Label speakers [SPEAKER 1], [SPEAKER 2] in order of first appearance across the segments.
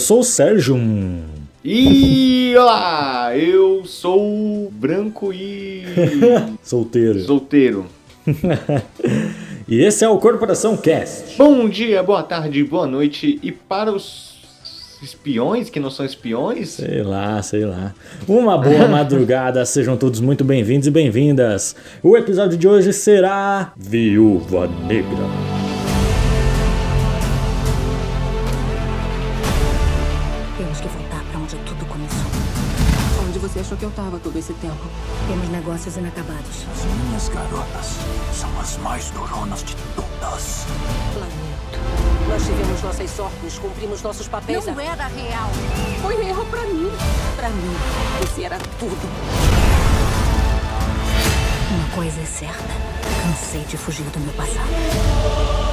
[SPEAKER 1] sou o Sérgio.
[SPEAKER 2] E olá, eu sou branco e
[SPEAKER 1] Solteiro.
[SPEAKER 2] solteiro.
[SPEAKER 1] E esse é o Corporação Cast.
[SPEAKER 2] Bom dia, boa tarde, boa noite e para os espiões que não são espiões,
[SPEAKER 1] Sei lá, sei lá. Uma boa madrugada, sejam todos muito bem-vindos e bem-vindas. O episódio de hoje será Viúva Negra.
[SPEAKER 3] Temos que voltar pra onde tudo começou.
[SPEAKER 4] Onde você achou que eu tava todo esse tempo?
[SPEAKER 3] Temos negócios inacabados.
[SPEAKER 5] As minhas garotas são as mais duronas de todas.
[SPEAKER 6] Nós tivemos nossas sortes, cumprimos nossos papéis.
[SPEAKER 3] Não era real.
[SPEAKER 4] Foi erro pra mim. Pra mim, você era tudo.
[SPEAKER 3] Uma coisa é certa. Cansei de fugir do meu passado.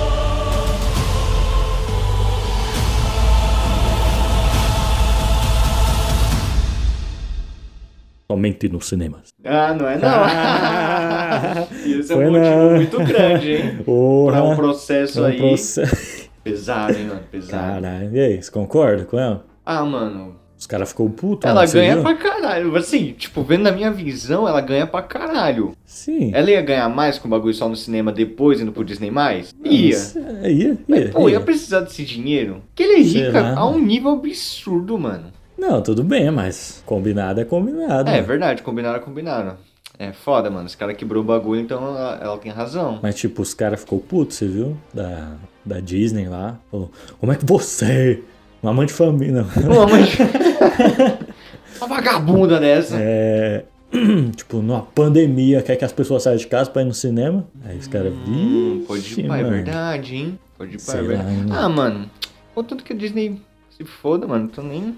[SPEAKER 1] Somente nos cinemas.
[SPEAKER 2] ah, não é não.
[SPEAKER 1] Ah,
[SPEAKER 2] Isso é
[SPEAKER 1] foi
[SPEAKER 2] um motivo
[SPEAKER 1] não.
[SPEAKER 2] muito grande, hein? Pra um processo aí Tá. pesado, hein, mano, pesado.
[SPEAKER 1] Caralho, e aí, você concorda com ela?
[SPEAKER 2] Ah, mano,
[SPEAKER 1] Os caras ficou puto.
[SPEAKER 2] ela
[SPEAKER 1] mano, Ah, você
[SPEAKER 2] ganha
[SPEAKER 1] viu?
[SPEAKER 2] pra caralho. Assim, tipo, vendo na minha visão, ela ganha pra caralho.
[SPEAKER 1] Sim.
[SPEAKER 2] Ela ia ganhar mais com o bagulho só no cinema depois indo pro Disney mais? Ia.
[SPEAKER 1] Ia. é, Ia, ia.
[SPEAKER 2] Pô, ia precisar desse dinheiro? Que ele é
[SPEAKER 1] Sei lá.
[SPEAKER 2] rica a um nível absurdo, mano.
[SPEAKER 1] Não, tudo bem, mas combinado é combinado.
[SPEAKER 2] É
[SPEAKER 1] né?
[SPEAKER 2] verdade, combinaram, combinaram. É foda, mano. Esse cara quebrou o bagulho, então ela, ela tem razão.
[SPEAKER 1] Mas tipo, os caras ficou puto, você viu? Da, da Disney lá. Falou, como é que você, uma mãe de família, não.
[SPEAKER 2] Pô, mas... Uma vagabunda dessa.
[SPEAKER 1] é, tipo, numa pandemia, quer que as pessoas saiam de casa pra ir no cinema? Aí os caras,
[SPEAKER 2] Hum,
[SPEAKER 1] viu?
[SPEAKER 2] pode ir pra é verdade, hein? Pode ir pra é
[SPEAKER 1] Sei lá, hein,
[SPEAKER 2] verdade.
[SPEAKER 1] mano.
[SPEAKER 2] Ah, mano. Contanto que a Disney se foda, mano. Tô nem.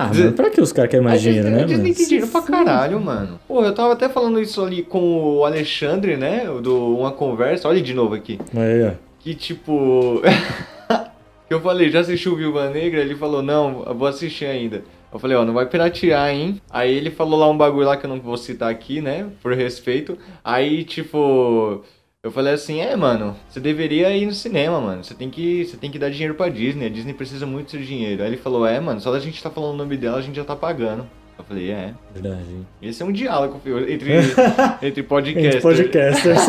[SPEAKER 1] Ah, mano, pra que os caras querem mais
[SPEAKER 2] a Disney,
[SPEAKER 1] dinheiro,
[SPEAKER 2] a
[SPEAKER 1] né,
[SPEAKER 2] Disney
[SPEAKER 1] mano?
[SPEAKER 2] tem dinheiro pra
[SPEAKER 1] Se
[SPEAKER 2] caralho, mano. Pô, eu tava até falando isso ali com o Alexandre, né? o Do Uma Conversa. Olha ele de novo aqui.
[SPEAKER 1] f- Aí, ó.
[SPEAKER 2] que tipo. eu falei, já assistiu Viúva Negra? Ele falou, não, eu vou assistir ainda. Eu falei, ó, não vai piratear, hein? Aí ele falou lá um bagulho lá que eu não vou citar aqui, né? Por respeito. Aí, tipo. Eu falei assim, é, mano, você deveria ir no cinema, mano. Você tem que, você tem que dar dinheiro pra Disney. A Disney precisa muito do seu dinheiro. Aí ele falou, é, mano, só da gente tá falando o nome dela, a gente já tá pagando. Eu falei, é.
[SPEAKER 1] Verdade. hein?
[SPEAKER 2] Esse é um diálogo filho, entre, entre podcast.
[SPEAKER 1] Entre podcasters.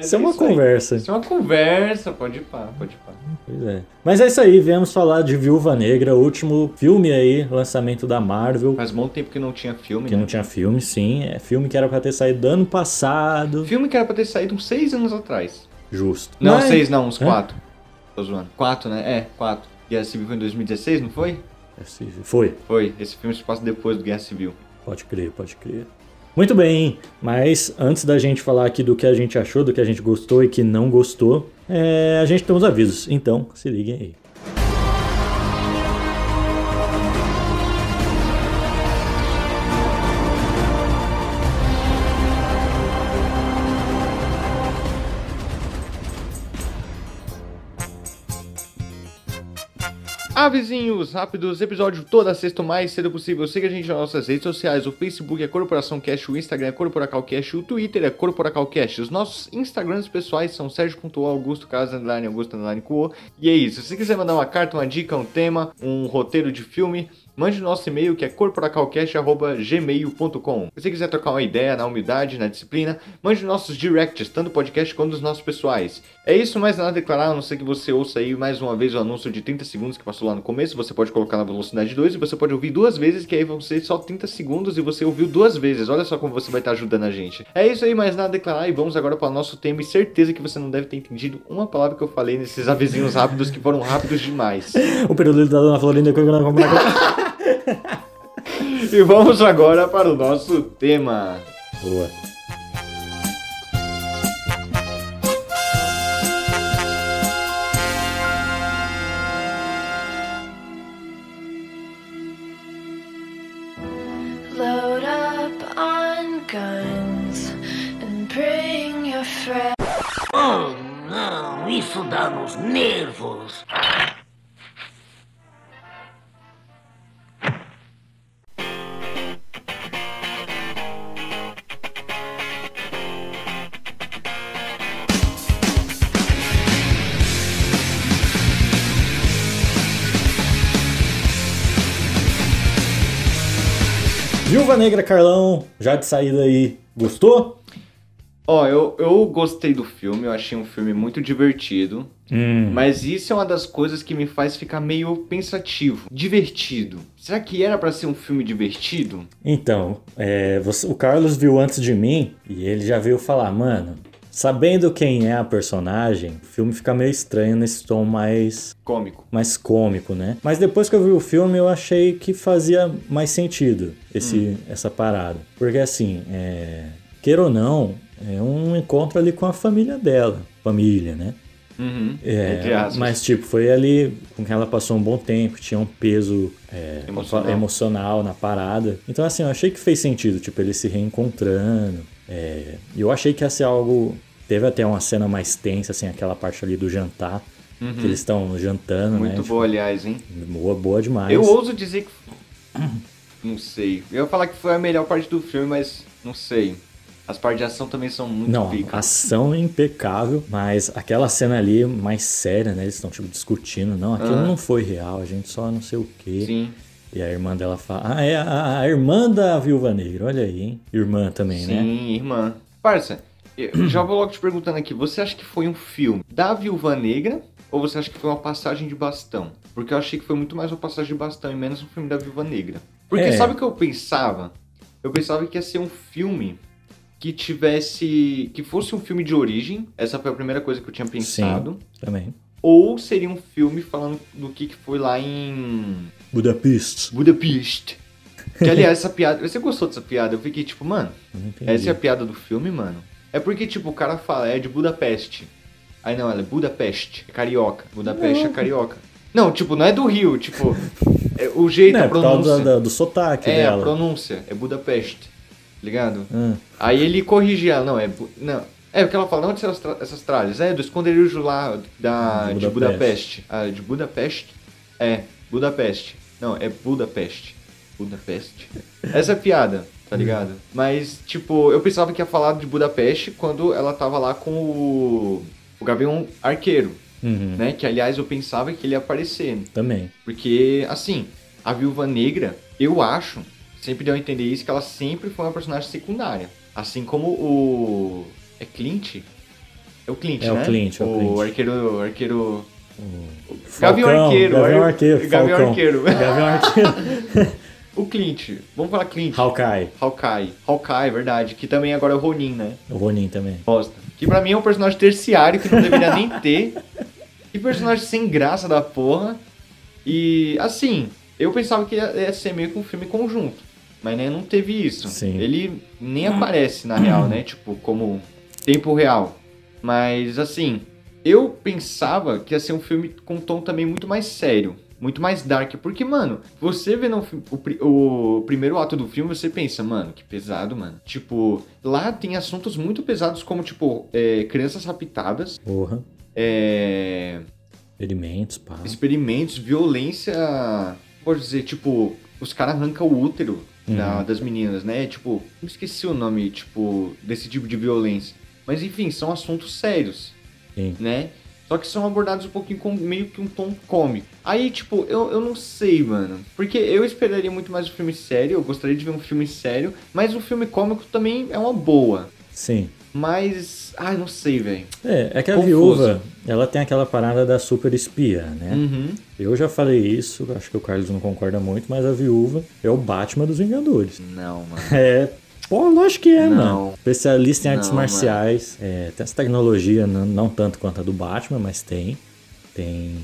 [SPEAKER 1] Isso é uma
[SPEAKER 2] aí.
[SPEAKER 1] conversa.
[SPEAKER 2] Isso é uma conversa, pode ir pá, pode ir pá.
[SPEAKER 1] Pois é. Mas é isso aí, viemos falar de Viúva Negra, último filme aí, lançamento da Marvel.
[SPEAKER 2] Faz bom tempo que não tinha filme,
[SPEAKER 1] Que
[SPEAKER 2] né?
[SPEAKER 1] não tinha filme, sim. É filme que era pra ter saído ano passado.
[SPEAKER 2] Filme que era pra ter saído uns seis anos atrás.
[SPEAKER 1] Justo.
[SPEAKER 2] Não,
[SPEAKER 1] Mas-
[SPEAKER 2] seis não, uns
[SPEAKER 1] Hã?
[SPEAKER 2] quatro. Tô zoando. Quatro, né? É, quatro. Guerra Civil foi em 2016, não foi?
[SPEAKER 1] Esse- é Foi,
[SPEAKER 2] Foi. Esse filme se passa depois do Guerra Civil.
[SPEAKER 1] pode crer, pode crer. Muito bem, mas antes da gente falar aqui do que a gente achou, do que a gente gostou e que não gostou, é, a gente tem uns avisos, então se liguem aí.
[SPEAKER 2] Avisinhos rápidos, episódio toda sexta o mais cedo possível. Siga a gente nas nossas redes sociais, o Facebook é Corporação Cash, o Instagram é Corporacal Cash, o Twitter é Corporacal Cash. Os nossos Instagrams pessoais são sergio.o, augusto, casa, underline, augusto, underline, cuo. E é isso, se quiser mandar uma carta, uma dica, um tema, um roteiro de filme, mande nosso e-mail que é corporacalcast.gmail.com. Se quiser trocar uma ideia na humildade, na disciplina, mande nossos directs, tanto do podcast quanto dos nossos pessoais. É isso, mais nada a declarar, a não ser que você ouça aí mais uma vez o anúncio de 30 segundos que passou lá no começo, você pode colocar na velocidade 2 e você pode ouvir duas vezes, que aí vão ser só 30 segundos e você ouviu duas vezes. Olha só como você vai estar ajudando a gente. É isso aí, mais nada a declarar e vamos agora para o nosso tema e certeza que você não deve ter entendido uma palavra que eu falei nesses avisinhos rápidos que foram rápidos demais.
[SPEAKER 1] O período da Dona Florinda que eu não vou comprar.
[SPEAKER 2] E vamos agora para o nosso tema.
[SPEAKER 1] Boa.
[SPEAKER 7] Load up on guns and bring your friends.
[SPEAKER 5] Não, isso dá nos nervos.
[SPEAKER 1] Viúva Negra, Carlão, já de saída aí, gostou?
[SPEAKER 2] Ó, eu, eu gostei do filme, eu achei um filme muito divertido. Mas isso é uma das coisas que me faz ficar meio pensativo. Divertido. Será que era pra ser um filme divertido?
[SPEAKER 1] Então, é, você- o Carlos viu antes de mim e ele já veio falar, mano, sabendo quem é a personagem, o filme fica meio estranho nesse tom mais
[SPEAKER 2] Cômico.
[SPEAKER 1] mais cômico, né? Mas depois que eu vi o filme, eu achei que fazia mais sentido esse,
[SPEAKER 2] Hum.
[SPEAKER 1] essa parada. Porque assim, é, queira ou não, é um encontro ali com a família dela. Família, né?
[SPEAKER 2] Uhum.
[SPEAKER 1] É,
[SPEAKER 2] Entre aspas.
[SPEAKER 1] mas tipo, foi ali com que ela passou um bom tempo, tinha um peso é,
[SPEAKER 2] Emocional.
[SPEAKER 1] emocional na parada. Então assim, eu achei que fez sentido, tipo, ele se reencontrando. É, eu achei que ia ser algo... Teve até uma cena mais tensa, assim, aquela parte ali do jantar. Que eles estão jantando, né?
[SPEAKER 2] Uhum. Muito
[SPEAKER 1] Tipo,
[SPEAKER 2] bom, aliás, hein?
[SPEAKER 1] Boa, boa demais.
[SPEAKER 2] Eu ouso dizer que. Não sei. Eu ia falar que foi a melhor parte do filme, mas não sei. As partes de ação também são muito
[SPEAKER 1] Não,
[SPEAKER 2] pica.
[SPEAKER 1] ação impecável, mas aquela cena ali mais séria, né? Eles estão tipo discutindo, não, aquilo
[SPEAKER 2] Ah.
[SPEAKER 1] não foi real, a gente só não sei o quê.
[SPEAKER 2] Sim.
[SPEAKER 1] E a irmã dela fala, ah, é a, a irmã da Viúva Negra, olha aí, hein? Irmã também,
[SPEAKER 2] Sim,
[SPEAKER 1] né?
[SPEAKER 2] irmã. Parça, eu já vou logo te perguntando aqui. Você acha que foi um filme da Viúva Negra ou você acha que foi uma passagem de bastão? Porque eu achei que foi muito mais uma passagem de bastão e menos um filme da Viúva Negra. Porque
[SPEAKER 1] É.
[SPEAKER 2] sabe o que eu pensava? Eu pensava que ia ser um filme que tivesse. que fosse um filme de origem. Essa foi a primeira coisa que eu tinha pensado.
[SPEAKER 1] Também.
[SPEAKER 2] Ou seria um filme falando do que, que foi lá em
[SPEAKER 1] Budapeste.
[SPEAKER 2] Budapest. Que, aliás, essa piada. Você gostou dessa piada? Eu fiquei tipo, mano,
[SPEAKER 1] Eu não entendi.
[SPEAKER 2] essa é a piada do filme, mano. É porque, tipo, o cara fala, é de Budapeste. Aí não, ela é Budapeste, é carioca. Budapeste é carioca. Não, tipo, não é do Rio, tipo, é o jeito,
[SPEAKER 1] Não, é
[SPEAKER 2] a
[SPEAKER 1] por causa
[SPEAKER 2] pronúncia.
[SPEAKER 1] da- da- do sotaque
[SPEAKER 2] é, a
[SPEAKER 1] dela.
[SPEAKER 2] pronúncia, é Budapeste. Ligado?
[SPEAKER 1] Ah,
[SPEAKER 2] Aí ele corrigia, ela, não, é. Bu- Não. É porque ela fala, onde são as tra- essas tralhas? É, do esconderijo lá da, de
[SPEAKER 1] Budapeste.
[SPEAKER 2] Budapeste. Ah, de Budapeste? É, Budapeste. Não, é Budapeste. Budapeste. Essa é a piada, tá ligado? Mas, tipo, eu pensava que ia falar de Budapeste quando ela tava lá com o. O Gavião Arqueiro,
[SPEAKER 1] uhum,
[SPEAKER 2] né? Que aliás eu pensava que ele ia aparecer.
[SPEAKER 1] Também.
[SPEAKER 2] Porque, assim, a Viúva Negra, eu acho, sempre deu a entender isso, que ela sempre foi uma personagem secundária. Assim como o. É Clint? É o Clint,
[SPEAKER 1] É o
[SPEAKER 2] né?
[SPEAKER 1] Clint, é o Clint.
[SPEAKER 2] arqueiro. o arqueiro.
[SPEAKER 1] Falcão,
[SPEAKER 2] Gavião Arqueiro,
[SPEAKER 1] Gavião
[SPEAKER 2] olha-
[SPEAKER 1] Arqueiro.
[SPEAKER 2] Gavião
[SPEAKER 1] Falcão.
[SPEAKER 2] Arqueiro.
[SPEAKER 1] Gavião Arqueiro.
[SPEAKER 2] O Clint. Vamos falar Clint.
[SPEAKER 1] Hawkeye.
[SPEAKER 2] Hawkeye. Hawkeye, é verdade. Que também agora é o Ronin, né?
[SPEAKER 1] O Ronin também.
[SPEAKER 2] Bosta. Que pra mim é um personagem terciário que não deveria nem ter. Que personagem sem graça da porra. E assim, eu pensava que ia ia ser meio que um filme conjunto. Mas né, não teve isso.
[SPEAKER 1] Sim.
[SPEAKER 2] Ele nem aparece na real, né? Tipo, como tempo real. Mas assim, eu pensava que ia ser um filme com um tom também muito mais sério. Muito mais dark, porque, mano, você vendo um fi- o, pri- o primeiro ato do filme, você pensa, mano, que pesado, mano. Tipo, lá tem assuntos muito pesados, como, tipo, é, crianças raptadas,
[SPEAKER 1] Porra.
[SPEAKER 2] é,
[SPEAKER 1] Experimentos, pá.
[SPEAKER 2] experimentos, violência. Pode dizer, tipo, os caras arrancam o útero da- das meninas, né? Tipo, eu esqueci o nome, tipo, desse tipo de violência. Mas enfim, são assuntos sérios,
[SPEAKER 1] Sim.
[SPEAKER 2] né? Só que são abordados um pouquinho com meio que um tom cômico. Aí, tipo, eu, eu não sei, mano. Porque eu esperaria muito mais um filme sério, eu gostaria de ver um filme sério, mas um filme cômico também é uma boa.
[SPEAKER 1] Sim.
[SPEAKER 2] Mas. Ai, não sei, velho.
[SPEAKER 1] É, é que a
[SPEAKER 2] Confuso.
[SPEAKER 1] viúva, ela tem aquela parada da super espia, né?
[SPEAKER 2] Uhum.
[SPEAKER 1] Eu já falei isso, acho que o Carlos não concorda muito, mas a viúva é o Batman dos Vingadores.
[SPEAKER 2] Não, mano.
[SPEAKER 1] É. Pô, lógico que é,
[SPEAKER 2] Não.
[SPEAKER 1] mano. Especialista em artes
[SPEAKER 2] Não, mano.
[SPEAKER 1] marciais. é, tem essa tecnologia, não, não tanto quanto a do Batman, mas tem. Tem.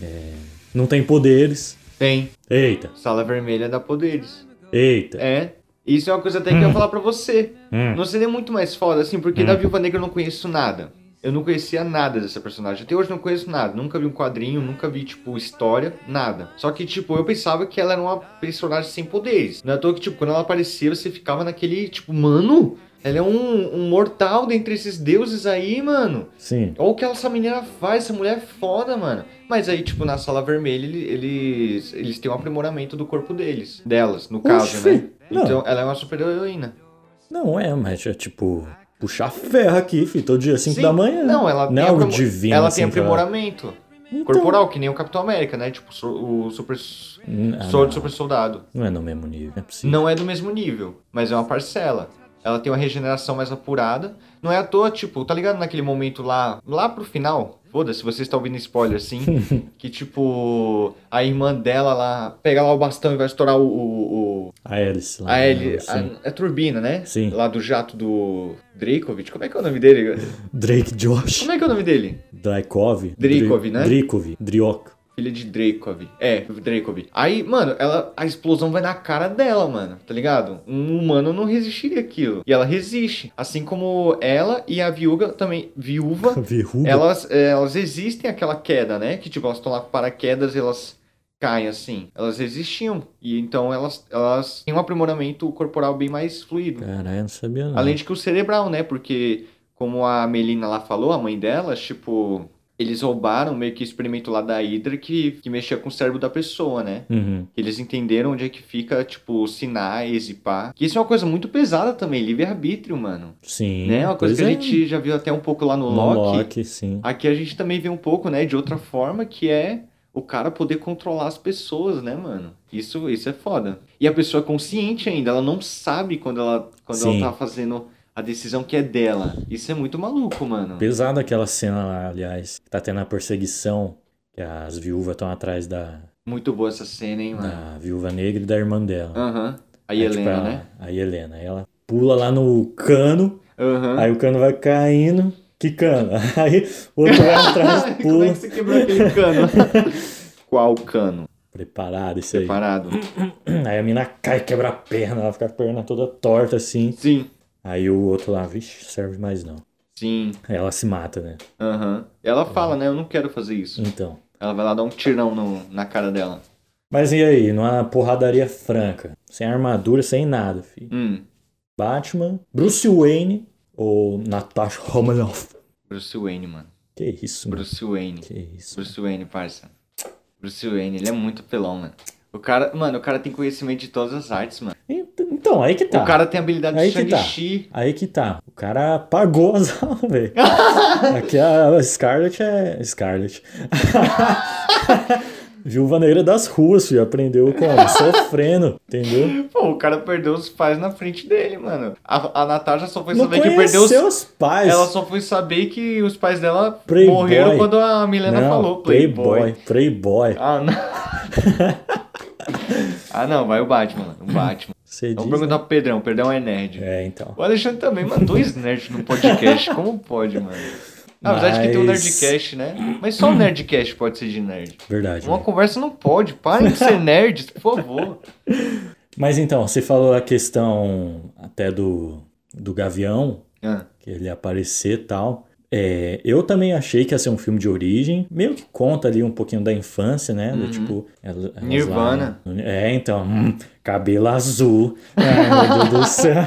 [SPEAKER 1] é, não tem poderes.
[SPEAKER 2] Tem.
[SPEAKER 1] Eita,
[SPEAKER 2] Sala vermelha dá poderes.
[SPEAKER 1] eita.
[SPEAKER 2] É. Isso é uma coisa até que eu ia falar pra você. Não seria muito mais foda, assim, porque da Viúva Negra eu não conheço nada. Eu não conhecia nada dessa personagem. Até hoje eu não conheço nada. Nunca vi um quadrinho, nunca vi, tipo, história, nada. Só que, tipo, eu pensava que ela era uma personagem sem poderes. Não é à toa que, tipo, quando ela aparecia, você ficava naquele, tipo, mano, ela é um, um mortal dentre esses deuses aí, mano.
[SPEAKER 1] Sim.
[SPEAKER 2] Olha o que essa menina faz, essa mulher é foda, mano. Mas aí, tipo, na sala vermelha, ele- eles, eles têm um aprimoramento do corpo deles. Delas, no caso,
[SPEAKER 1] Oxi,
[SPEAKER 2] né?
[SPEAKER 1] não.
[SPEAKER 2] Então, ela é uma super heroína.
[SPEAKER 1] Não é, mas é tipo. Puxar ferro aqui, filho, todo dia 5
[SPEAKER 2] Sim,
[SPEAKER 1] da manhã.
[SPEAKER 2] Não, ela
[SPEAKER 1] não é
[SPEAKER 2] tem
[SPEAKER 1] algo
[SPEAKER 2] aprimo-
[SPEAKER 1] divino.
[SPEAKER 2] Ela
[SPEAKER 1] assim,
[SPEAKER 2] tem
[SPEAKER 1] pra-
[SPEAKER 2] aprimoramento.
[SPEAKER 1] Então,
[SPEAKER 2] corporal, que nem o Capitão América, né? Tipo, so- o super,
[SPEAKER 1] ah,
[SPEAKER 2] sou-
[SPEAKER 1] não.
[SPEAKER 2] super soldado.
[SPEAKER 1] Não é no mesmo nível, não é possível.
[SPEAKER 2] Não é do mesmo nível, mas é uma parcela. Ela tem uma regeneração mais apurada. Não é à toa, tipo, tá ligado naquele momento lá, lá pro final? Foda-se, você está ouvindo spoiler, sim. que, tipo, a irmã dela lá pega lá o bastão e vai estourar o- o- o,
[SPEAKER 1] A hélice lá.
[SPEAKER 2] A,
[SPEAKER 1] né?
[SPEAKER 2] L,
[SPEAKER 1] Sim.
[SPEAKER 2] a, a turbina, né?
[SPEAKER 1] Sim.
[SPEAKER 2] Lá do jato do Dracovic. Como é que é o nome dele?
[SPEAKER 1] Drake Josh.
[SPEAKER 2] Como é que é o nome dele?
[SPEAKER 1] Drykov.
[SPEAKER 2] Drykov, né?
[SPEAKER 1] Drykov. Driok.
[SPEAKER 2] Filha de Dracov. É, Dracov. Aí, mano, ela, a explosão vai na cara dela, mano. Tá ligado? Um humano não resistiria aquilo. E ela resiste. Assim como ela e a viúva também. Viúva.
[SPEAKER 1] Verruga.
[SPEAKER 2] elas, é, elas resistem àquela queda, né? Que tipo, elas estão lá com paraquedas e elas caem assim. Elas resistiam. E então elas, elas têm um aprimoramento corporal bem mais fluido.
[SPEAKER 1] Caralho, não sabia não.
[SPEAKER 2] Além de que o cerebral, né? Porque, como a Melina lá falou, a mãe dela, tipo, eles roubaram meio que o experimento lá da Hydra que, que mexia com o cérebro da pessoa, né?
[SPEAKER 1] Uhum.
[SPEAKER 2] Eles entenderam onde é que fica, tipo, os sinais e pá. Que isso é uma coisa muito pesada também, livre-arbítrio, mano.
[SPEAKER 1] Sim.
[SPEAKER 2] Né? Uma coisa
[SPEAKER 1] pois
[SPEAKER 2] que a
[SPEAKER 1] é.
[SPEAKER 2] gente já viu até um pouco lá no,
[SPEAKER 1] No
[SPEAKER 2] Loki.
[SPEAKER 1] Loki, sim.
[SPEAKER 2] Aqui a gente também vê um pouco, né, de outra forma, que é o cara poder controlar as pessoas, né, mano? Isso, isso é foda. E a pessoa é consciente ainda, ela não sabe quando ela, quando
[SPEAKER 1] Sim.
[SPEAKER 2] ela tá fazendo a decisão que é dela. Isso é muito maluco, mano.
[SPEAKER 1] Pesada aquela cena lá, aliás. que Tá tendo a perseguição. Que as viúvas estão atrás da,
[SPEAKER 2] Muito boa essa cena, hein, mano.
[SPEAKER 1] da viúva negra e da irmã dela.
[SPEAKER 2] Aham. A
[SPEAKER 1] Aí,
[SPEAKER 2] Helena,
[SPEAKER 1] tipo, ela-
[SPEAKER 2] né?
[SPEAKER 1] A Helena. Aí ela pula lá no cano.
[SPEAKER 2] Aham.
[SPEAKER 1] Aí o cano vai caindo. Que cano? Aí o outro vai atrás,
[SPEAKER 2] Como é
[SPEAKER 1] pula.
[SPEAKER 2] que você quebrou aquele cano? Qual cano?
[SPEAKER 1] Preparado isso aí.
[SPEAKER 2] Separado.
[SPEAKER 1] Aí a mina cai, quebra a perna. Ela fica com a perna toda torta assim.
[SPEAKER 2] Sim,
[SPEAKER 1] Aí o outro lá, vixe, serve mais não.
[SPEAKER 2] sim.
[SPEAKER 1] Aí ela se mata, né?
[SPEAKER 2] Aham. Ela fala, né? Eu não quero fazer isso.
[SPEAKER 1] Então.
[SPEAKER 2] Ela vai lá dar um tirão no, na cara dela.
[SPEAKER 1] Mas e aí, numa porradaria franca, sem armadura, sem nada, filho.
[SPEAKER 2] Hum.
[SPEAKER 1] Batman, Bruce Wayne ou Natasha Romanoff?
[SPEAKER 2] Bruce Wayne, mano.
[SPEAKER 1] Que isso, mano.
[SPEAKER 2] Bruce Wayne.
[SPEAKER 1] Que isso.
[SPEAKER 2] Bruce Wayne, parça. Bruce Wayne, ele é muito pelão, mano. O cara, mano, o cara tem conhecimento de todas as artes, mano.
[SPEAKER 1] Ent- Então, aí que tá.
[SPEAKER 2] O cara tem habilidade
[SPEAKER 1] Aí
[SPEAKER 2] de
[SPEAKER 1] que tá.
[SPEAKER 2] Shang-Chi.
[SPEAKER 1] Aí que tá. O cara pagou as aulas, velho. Aqui a Scarlet é. Scarlet. Viúva Negra das ruas, filho. Aprendeu como? Sofrendo, entendeu?
[SPEAKER 2] Pô, o cara perdeu os pais na frente dele, mano. A, a Natasha só foi
[SPEAKER 1] Não
[SPEAKER 2] saber que perdeu
[SPEAKER 1] conheceu
[SPEAKER 2] os...
[SPEAKER 1] seus pais.
[SPEAKER 2] Ela só foi saber que os pais dela
[SPEAKER 1] Playboy.
[SPEAKER 2] morreram quando a Milena
[SPEAKER 1] Não,
[SPEAKER 2] falou.
[SPEAKER 1] Playboy. Playboy.
[SPEAKER 2] Ah, não. ah, não, vai o Batman, mano. O Batman.
[SPEAKER 1] Você diz, né?
[SPEAKER 2] Vamos perguntar pro Pedrão. O Pedrão é nerd.
[SPEAKER 1] É, então.
[SPEAKER 2] O Alexandre também mandou dois nerds no podcast. Como pode, mano? Na verdade que tem o
[SPEAKER 1] Mas-
[SPEAKER 2] Nerdcast, né? Mas só o Nerdcast pode ser de nerd.
[SPEAKER 1] Verdade.
[SPEAKER 2] Uma
[SPEAKER 1] né?
[SPEAKER 2] conversa não pode. Parem de ser nerds, por favor.
[SPEAKER 1] Mas então, você falou a questão até do, do Gavião,
[SPEAKER 2] Ah,
[SPEAKER 1] que ele ia aparecer e tal. É, eu também achei que ia ser um filme de origem, meio que conta ali um pouquinho da infância, né? Do, tipo, elas- elas lá-
[SPEAKER 2] Uhum. Nirvana.
[SPEAKER 1] é, então, hum, cabelo azul. Ai, meu Deus do céu.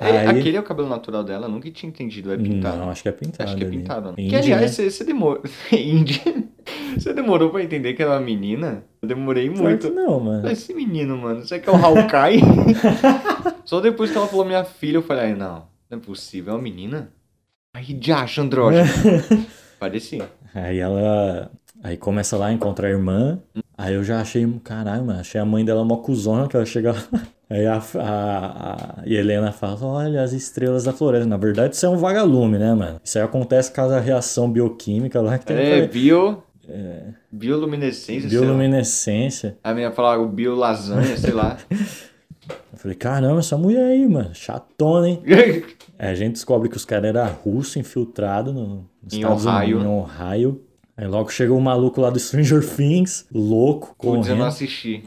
[SPEAKER 1] Aí-
[SPEAKER 2] Aquele é o cabelo natural dela, eu nunca tinha entendido. É pintado.
[SPEAKER 1] Não, acho que é pintado.
[SPEAKER 2] Acho que é
[SPEAKER 1] ali.
[SPEAKER 2] pintado. Né?
[SPEAKER 1] Indie,
[SPEAKER 2] Que aliás,
[SPEAKER 1] né?
[SPEAKER 2] você, você demorou. Indy. Você demorou pra entender que era uma menina? Eu demorei
[SPEAKER 1] Claro que
[SPEAKER 2] muito.
[SPEAKER 1] Não, mano.
[SPEAKER 2] Esse menino, mano, será que é o Hawkeye? Só depois que ela falou minha filha, eu falei, ai não, não é possível, é uma menina? Aí de acha, andrógeno. Parecia.
[SPEAKER 1] Aí ela. Aí começa lá a encontrar a irmã. Aí eu já achei. Caralho, mano. Achei a mãe dela mó cuzona que ela chega lá. Aí a, a- a- e a Helena fala: Olha as estrelas da floresta. Na verdade, isso é um vagalume, né, mano? Isso aí acontece por causa da reação bioquímica lá que É. tem
[SPEAKER 2] É,
[SPEAKER 1] pra-
[SPEAKER 2] bio... Bioluminescência, sei lá.
[SPEAKER 1] bioluminescência.
[SPEAKER 2] A menina falava o biolasanha, sei lá.
[SPEAKER 1] Eu falei: Caramba, essa mulher aí, mano. Chatona, hein? Aí a gente descobre que os caras eram russos infiltrados no nos
[SPEAKER 2] Em
[SPEAKER 1] Estados
[SPEAKER 2] Ohio.
[SPEAKER 1] Unidos, em Ohio. Aí logo chega o maluco lá do Stranger Things, louco,
[SPEAKER 2] Putz, eu não
[SPEAKER 1] correndo.
[SPEAKER 2] assisti.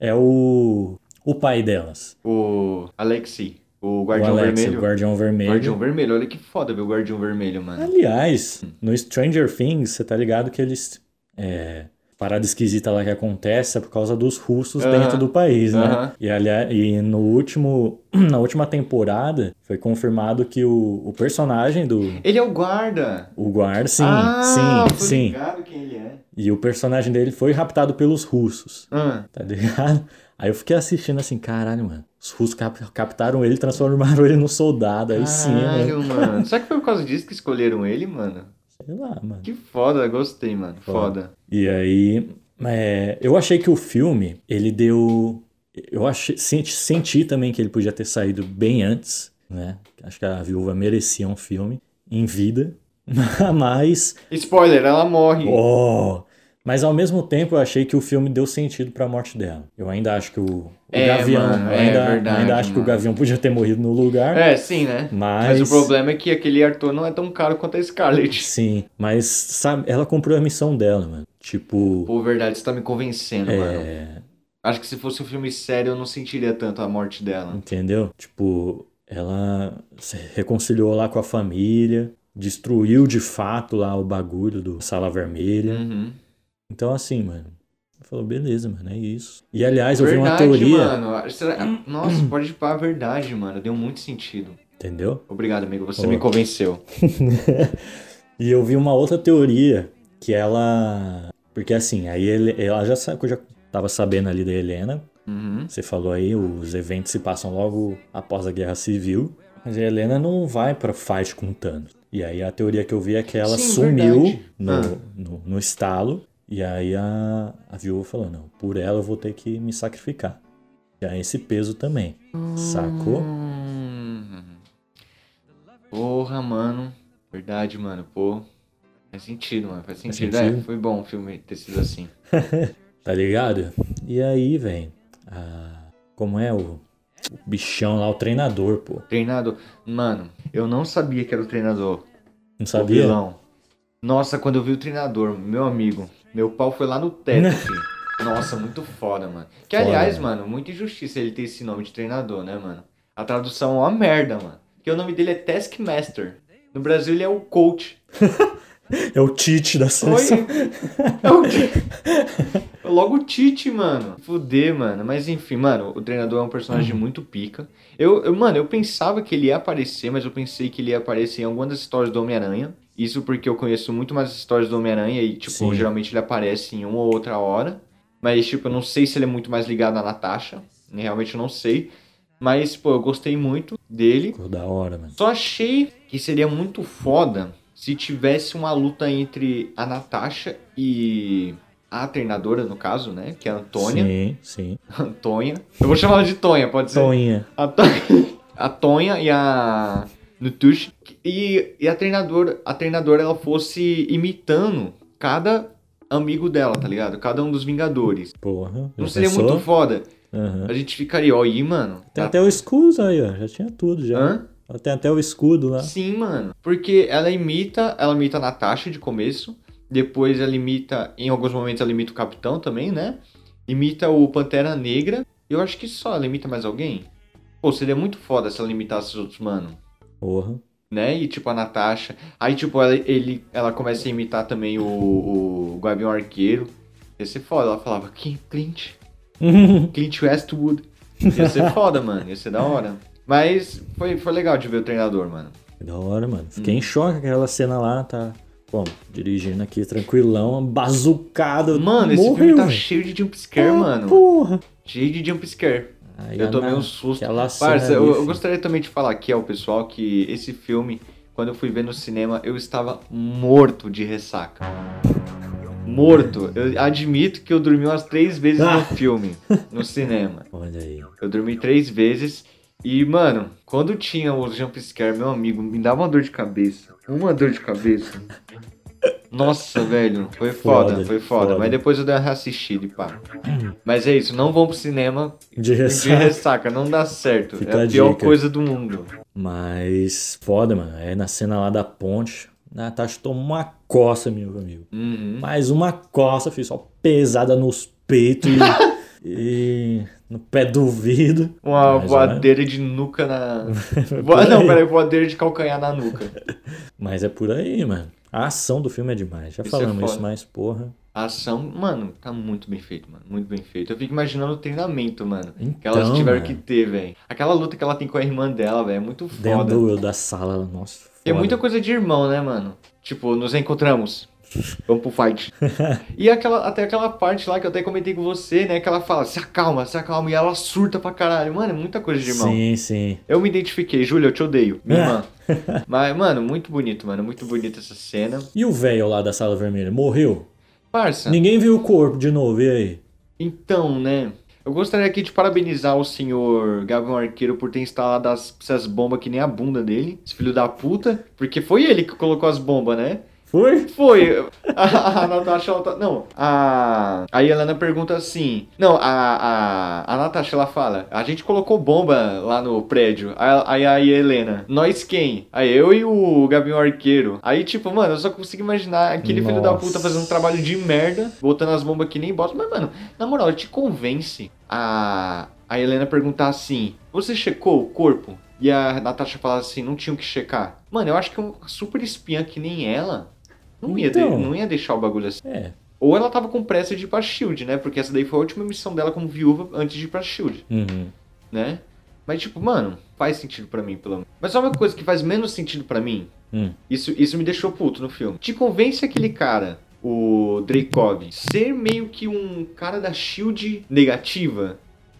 [SPEAKER 1] É o, o pai delas.
[SPEAKER 2] O Alexi, o
[SPEAKER 1] O
[SPEAKER 2] Guardião
[SPEAKER 1] Alex,
[SPEAKER 2] Vermelho.
[SPEAKER 1] o Guardião Vermelho.
[SPEAKER 2] Guardião Vermelho, Hum. olha que foda ver o Guardião Vermelho, mano.
[SPEAKER 1] Aliás, no Stranger Things, você tá ligado que eles. É, parada esquisita lá que acontece é por causa dos russos
[SPEAKER 2] Aham.
[SPEAKER 1] dentro do país,
[SPEAKER 2] Aham.
[SPEAKER 1] né? E, aliás, e no último, na última temporada, foi confirmado que o, o personagem do.
[SPEAKER 2] Ele é o guarda.
[SPEAKER 1] O guarda, sim,
[SPEAKER 2] ah,
[SPEAKER 1] sim,
[SPEAKER 2] tô
[SPEAKER 1] sim.
[SPEAKER 2] ligado quem ele é.
[SPEAKER 1] E o personagem dele foi raptado pelos russos,
[SPEAKER 2] Ah,
[SPEAKER 1] tá ligado? Aí eu fiquei assistindo assim, caralho, mano. Os russos cap- captaram ele, transformaram ele num soldado, aí sim, né?
[SPEAKER 2] Caralho, mano. Será que foi por causa disso que escolheram ele, mano?
[SPEAKER 1] Sei lá, mano.
[SPEAKER 2] Que foda, gostei, mano. Foda.
[SPEAKER 1] E aí, é, eu achei que o filme, ele deu. Eu achei, senti, senti também que ele podia ter saído bem antes, né? Acho que a viúva merecia um filme em vida. Mas.
[SPEAKER 2] Spoiler, ela morre.
[SPEAKER 1] Oh, mas ao mesmo tempo eu achei que o filme deu sentido pra morte dela. Eu ainda acho que o, o
[SPEAKER 2] É,
[SPEAKER 1] Gavião. eu
[SPEAKER 2] mano, é
[SPEAKER 1] ainda,
[SPEAKER 2] verdade,
[SPEAKER 1] ainda acho que o
[SPEAKER 2] mano.
[SPEAKER 1] Gavião podia ter morrido no lugar.
[SPEAKER 2] É, sim, né?
[SPEAKER 1] Mas-
[SPEAKER 2] o problema é que aquele Arthur não é tão caro quanto a Scarlett.
[SPEAKER 1] Sim, mas sabe, ela cumpriu a missão dela, mano. Tipo.
[SPEAKER 2] Pô, verdade, você tá me convencendo, mano.
[SPEAKER 1] é,
[SPEAKER 2] Acho que se fosse um filme sério, eu não sentiria tanto a morte dela.
[SPEAKER 1] Entendeu? Tipo, ela se reconciliou lá com a família, destruiu de fato lá o bagulho do Sala Vermelha.
[SPEAKER 2] Uhum.
[SPEAKER 1] Então, assim, mano. Falou, beleza, mano, é isso. E aliás, eu
[SPEAKER 2] verdade,
[SPEAKER 1] vi uma teoria,
[SPEAKER 2] mano. Será- Nossa, pode ir pra verdade, mano. Deu muito sentido.
[SPEAKER 1] entendeu?
[SPEAKER 2] Obrigado, amigo. Você
[SPEAKER 1] Boa.
[SPEAKER 2] me convenceu.
[SPEAKER 1] E eu vi uma outra teoria que ela. Porque assim, aí ele- ela já, sa- que eu já tava sabendo ali da Helena,
[SPEAKER 2] Uhum.
[SPEAKER 1] Você falou aí, os eventos se passam logo após a Guerra Civil, mas a Helena não vai pra fight com o Thanos. E aí a teoria que eu vi é que ela
[SPEAKER 2] Sim,
[SPEAKER 1] sumiu
[SPEAKER 2] verdade.
[SPEAKER 1] no,
[SPEAKER 2] Ah.
[SPEAKER 1] no, no estalo, e aí a, a viúva falou, não, por ela eu vou ter que me sacrificar. Já esse peso também, sacou?
[SPEAKER 2] Hum. Porra, mano. Verdade, mano. Pô. Faz sentido, mano. Faz
[SPEAKER 1] Faz
[SPEAKER 2] sentido.
[SPEAKER 1] sentido.
[SPEAKER 2] É, foi bom o filme ter sido assim.
[SPEAKER 1] Tá ligado? E aí, velho, como é o, o bichão lá, o treinador, pô,
[SPEAKER 2] Treinador. Mano, eu não sabia que era o treinador.
[SPEAKER 1] não
[SPEAKER 2] O
[SPEAKER 1] sabia?
[SPEAKER 2] vilão. Nossa, quando eu vi o treinador, meu amigo, meu pau foi lá no teto, filho. Nossa, muito foda, mano. Que
[SPEAKER 1] Foda,
[SPEAKER 2] aliás,
[SPEAKER 1] mano.
[SPEAKER 2] mano, muita injustiça ele ter esse nome de treinador, né, mano? A tradução é uma merda, mano. Porque o nome dele é Taskmaster. No Brasil ele é o coach.
[SPEAKER 1] É o Tite da seleção.
[SPEAKER 2] Oi? É o Ti- É Logo o Tite, mano. Fuder, mano. Mas enfim, mano, o treinador é um personagem muito pica. Eu, eu- mano, eu pensava que ele ia aparecer, mas eu pensei que ele ia aparecer em alguma das histórias do Homem-Aranha. Isso porque eu conheço muito mais as histórias do Homem-Aranha e, tipo,
[SPEAKER 1] Sim.
[SPEAKER 2] geralmente ele aparece em uma ou outra hora. Mas, tipo, eu não sei se ele é muito mais ligado à Natasha. Realmente eu não sei. Mas, pô, eu gostei muito dele.
[SPEAKER 1] Ficou da hora, mano.
[SPEAKER 2] Só achei que seria muito foda se tivesse uma luta entre a Natasha e a treinadora, no caso, né? Que é a Antônia.
[SPEAKER 1] Sim, sim.
[SPEAKER 2] Antônia. Eu vou chamar ela de Tonha, pode ser?
[SPEAKER 1] Toinha.
[SPEAKER 2] A, To- a Tonha e a Nutush. E, e a treinadora, a treinadora, ela fosse imitando cada amigo dela, tá ligado? Cada um dos Vingadores.
[SPEAKER 1] Porra.
[SPEAKER 2] Não
[SPEAKER 1] já
[SPEAKER 2] seria
[SPEAKER 1] pensou?
[SPEAKER 2] muito foda?
[SPEAKER 1] Aham.
[SPEAKER 2] A gente ficaria, ó, aí, mano.
[SPEAKER 1] Tem
[SPEAKER 2] a-
[SPEAKER 1] até um o escudo aí, ó. Já tinha tudo já.
[SPEAKER 2] Hã?
[SPEAKER 1] Ela Tem até o escudo lá.
[SPEAKER 2] Sim, mano. Porque ela imita, ela imita a Natasha de começo, depois ela imita, em alguns momentos ela imita o Capitão também, né? Imita o Pantera Negra. Eu acho que só ela imita mais alguém. Pô, seria muito foda se ela imitasse os outros, mano.
[SPEAKER 1] Porra.
[SPEAKER 2] Né? E tipo a Natasha. Aí, tipo, ela, ele, ela começa a imitar também o, o Gavião Arqueiro. Ia ser foda. Ela falava, "Quem- Clint, Clint Westwood. Ia ser foda, mano. Ia ser da hora. Mas foi, foi legal de ver o treinador, mano.
[SPEAKER 1] Que da hora, mano. Fiquei
[SPEAKER 2] Hum.
[SPEAKER 1] em choque com aquela cena lá, tá? Bom, dirigindo aqui tranquilão, bazucado.
[SPEAKER 2] Mano, esse
[SPEAKER 1] morreu,
[SPEAKER 2] filme tá
[SPEAKER 1] velho.
[SPEAKER 2] cheio de jumpscare,
[SPEAKER 1] Ah,
[SPEAKER 2] mano.
[SPEAKER 1] Porra.
[SPEAKER 2] Cheio de jumpscare.
[SPEAKER 1] Aí
[SPEAKER 2] Eu
[SPEAKER 1] a
[SPEAKER 2] tomei
[SPEAKER 1] na-
[SPEAKER 2] um susto.
[SPEAKER 1] Aquela cena
[SPEAKER 2] Parça,
[SPEAKER 1] ali,
[SPEAKER 2] eu, eu
[SPEAKER 1] filho.
[SPEAKER 2] gostaria também de falar aqui ao pessoal que esse filme, quando eu fui ver no cinema, eu estava morto de ressaca. Morto. Eu admito que eu dormi umas três vezes
[SPEAKER 1] Ah.
[SPEAKER 2] no filme, no cinema.
[SPEAKER 1] Olha aí.
[SPEAKER 2] Eu dormi três vezes. E, mano, quando tinha o jumpscare, meu amigo, me dava uma dor de cabeça. Uma dor de cabeça. Nossa, velho, foi foda,
[SPEAKER 1] Foda,
[SPEAKER 2] foi foda.
[SPEAKER 1] foda.
[SPEAKER 2] Mas depois eu dei uma reassistida e pá. Mas é isso, não vão pro cinema
[SPEAKER 1] De
[SPEAKER 2] de
[SPEAKER 1] ressaca.
[SPEAKER 2] ressaca, não dá certo.
[SPEAKER 1] Fica
[SPEAKER 2] é
[SPEAKER 1] a
[SPEAKER 2] a pior
[SPEAKER 1] dica.
[SPEAKER 2] coisa do mundo.
[SPEAKER 1] Mas foda, mano. É na cena lá da ponte. Natasha tomou uma coça, meu amigo.
[SPEAKER 2] Uhum.
[SPEAKER 1] Mais uma coça, filho. Só pesada nos peitos e, e no pé do vidro.
[SPEAKER 2] Uma
[SPEAKER 1] Mais ou
[SPEAKER 2] voadeira de nuca na.
[SPEAKER 1] né? É por
[SPEAKER 2] Voa...
[SPEAKER 1] aí.
[SPEAKER 2] Não, peraí, voadeira de calcanhar na nuca.
[SPEAKER 1] Mas é por aí, mano. A ação do filme é demais. Já
[SPEAKER 2] Isso é
[SPEAKER 1] falamos
[SPEAKER 2] foda.
[SPEAKER 1] isso, mas porra.
[SPEAKER 2] A ação, mano, tá muito bem feito, mano. Muito bem feito. Eu fico imaginando o treinamento, mano. que
[SPEAKER 1] Então,
[SPEAKER 2] elas tiveram
[SPEAKER 1] mano.
[SPEAKER 2] que ter, velho. Aquela luta que ela tem com a irmã dela, velho, é muito foda.
[SPEAKER 1] Dentro do- da sala, nossa. Foda.
[SPEAKER 2] Tem muita coisa de irmão, né, mano? Tipo, nos encontramos. Vamos pro fight. e aquela, até aquela parte lá que eu até comentei com você, né? Que ela fala, se acalma, se acalma. E ela surta pra caralho. Mano, é muita coisa de irmão.
[SPEAKER 1] Sim, sim.
[SPEAKER 2] Eu me identifiquei, Júlia, eu te odeio. Minha irmã. Mas, mano, muito bonito, mano. Muito bonita essa cena.
[SPEAKER 1] E o velho lá da sala vermelha? Morreu?
[SPEAKER 2] Parça,
[SPEAKER 1] Ninguém viu o corpo de novo, e aí?
[SPEAKER 2] então, né? Eu gostaria aqui de parabenizar o senhor Gavião Arqueiro por ter instalado as- essas bombas que nem a bunda dele. Esse filho da puta. Porque foi ele que colocou as bombas, né?
[SPEAKER 1] Foi?
[SPEAKER 2] Foi. A, a Natasha, ela tá- Não, a. A Helena pergunta assim. Não, a, a. A Natasha, ela fala. A gente colocou bomba lá no prédio. Aí a, a Helena. Nós quem? Aí eu e o Gavião Arqueiro. Aí, tipo, mano, eu só consigo imaginar aquele filho da
[SPEAKER 1] Nossa.
[SPEAKER 2] puta fazendo um trabalho de merda, botando as bombas que nem bosta. Mas, mano, na moral, te convence a. A Helena perguntar assim: Você checou o corpo? E a Natasha fala assim: Não tinha o que checar. Mano, eu acho que uma super espiã que nem ela. Não ia, de-
[SPEAKER 1] Então.
[SPEAKER 2] não ia deixar o bagulho assim.
[SPEAKER 1] É.
[SPEAKER 2] Ou ela tava com pressa de ir pra Shield, né? Porque essa daí foi a última missão dela como viúva antes de ir pra Shield,
[SPEAKER 1] Uhum.
[SPEAKER 2] né? Mas, tipo, mano, faz sentido pra mim, pelo menos. Mas só uma coisa que faz menos sentido pra mim.
[SPEAKER 1] Hum.
[SPEAKER 2] Isso, isso me deixou puto no filme. Te convence aquele cara, o Dreykov, ser meio que um cara da Shield negativa?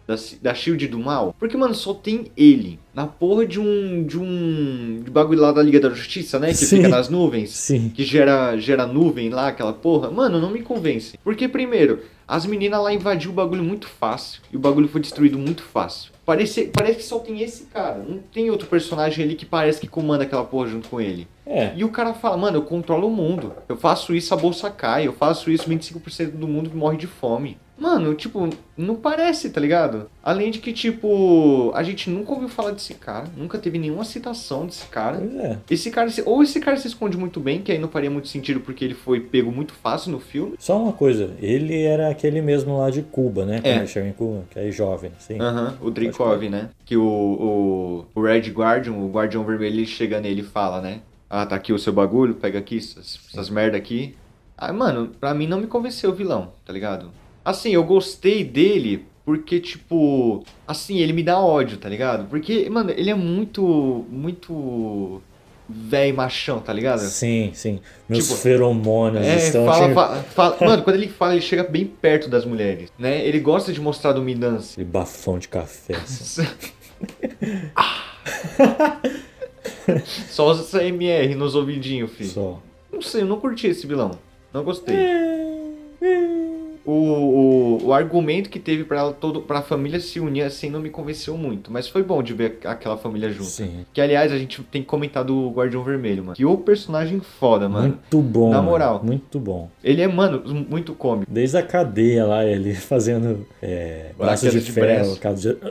[SPEAKER 2] Da, da Shield do mal? Porque, mano, só tem ele. Na porra de um. de um. de bagulho lá da Liga da Justiça, né? Que
[SPEAKER 1] Sim.
[SPEAKER 2] fica nas nuvens
[SPEAKER 1] Sim.
[SPEAKER 2] que gera, gera nuvem lá, aquela porra, mano, não me convence. Porque, primeiro, as meninas lá invadiu o bagulho muito fácil e o bagulho foi destruído muito fácil. Parece, parece que só tem esse cara, não tem outro personagem ali que parece que comanda aquela porra junto com ele.
[SPEAKER 1] É.
[SPEAKER 2] E o cara fala, mano, eu controlo o mundo. Eu faço isso, a bolsa cai. Eu faço isso, 25% do mundo morre de fome. Mano, tipo, não parece, tá ligado? Além de que, tipo, a gente nunca ouviu falar desse cara, nunca teve nenhuma citação desse cara.
[SPEAKER 1] Pois é.
[SPEAKER 2] Esse cara, se- ou esse cara se esconde muito bem, que aí não faria muito sentido porque ele foi pego muito fácil no filme.
[SPEAKER 1] Só uma coisa, ele era aquele mesmo lá de Cuba, né?
[SPEAKER 2] É.
[SPEAKER 1] Quando ele chega em Cuba, que é jovem, sim.
[SPEAKER 2] Aham, o
[SPEAKER 1] Pode
[SPEAKER 2] Dreykov, né? Que o, o, o Red Guardian, o Guardião Vermelho, ele chega nele e fala, né? Ah, tá aqui o seu bagulho, pega aqui essas, essas merda aqui. Ah, mano, pra mim não me convenceu o vilão, tá ligado? Assim, eu gostei dele porque, tipo, assim, ele me dá ódio, tá ligado? Porque, mano, ele é muito, muito velho machão, tá ligado?
[SPEAKER 1] Sim, sim. Meus
[SPEAKER 2] Tipo,
[SPEAKER 1] feromônios
[SPEAKER 2] É,
[SPEAKER 1] estão assim.
[SPEAKER 2] fala,
[SPEAKER 1] te-
[SPEAKER 2] fa- fala- Mano, quando ele fala, ele chega bem perto das mulheres, né? Ele gosta de mostrar dominância.
[SPEAKER 1] Aquele bafão de café. assim.
[SPEAKER 2] Ah! Só usa essa MR nos ouvidinhos, filho.
[SPEAKER 1] Só. É.
[SPEAKER 2] Não sei, eu não curti esse vilão. Não gostei. O, o, o argumento que teve pra, ela todo, pra família se unir assim não me convenceu muito. Mas foi bom de ver aquela família junto.
[SPEAKER 1] Sim.
[SPEAKER 2] Que, aliás, a gente tem que comentar do Guardião Vermelho, mano. Que o personagem foda, mano.
[SPEAKER 1] Muito bom.
[SPEAKER 2] na
[SPEAKER 1] mano.
[SPEAKER 2] moral.
[SPEAKER 1] Muito bom.
[SPEAKER 2] Ele é, mano, muito cômico.
[SPEAKER 1] Desde a cadeia lá, ele fazendo é, braço
[SPEAKER 2] queda
[SPEAKER 1] de
[SPEAKER 2] de
[SPEAKER 1] ferro.
[SPEAKER 2] braço.
[SPEAKER 1] Caso de...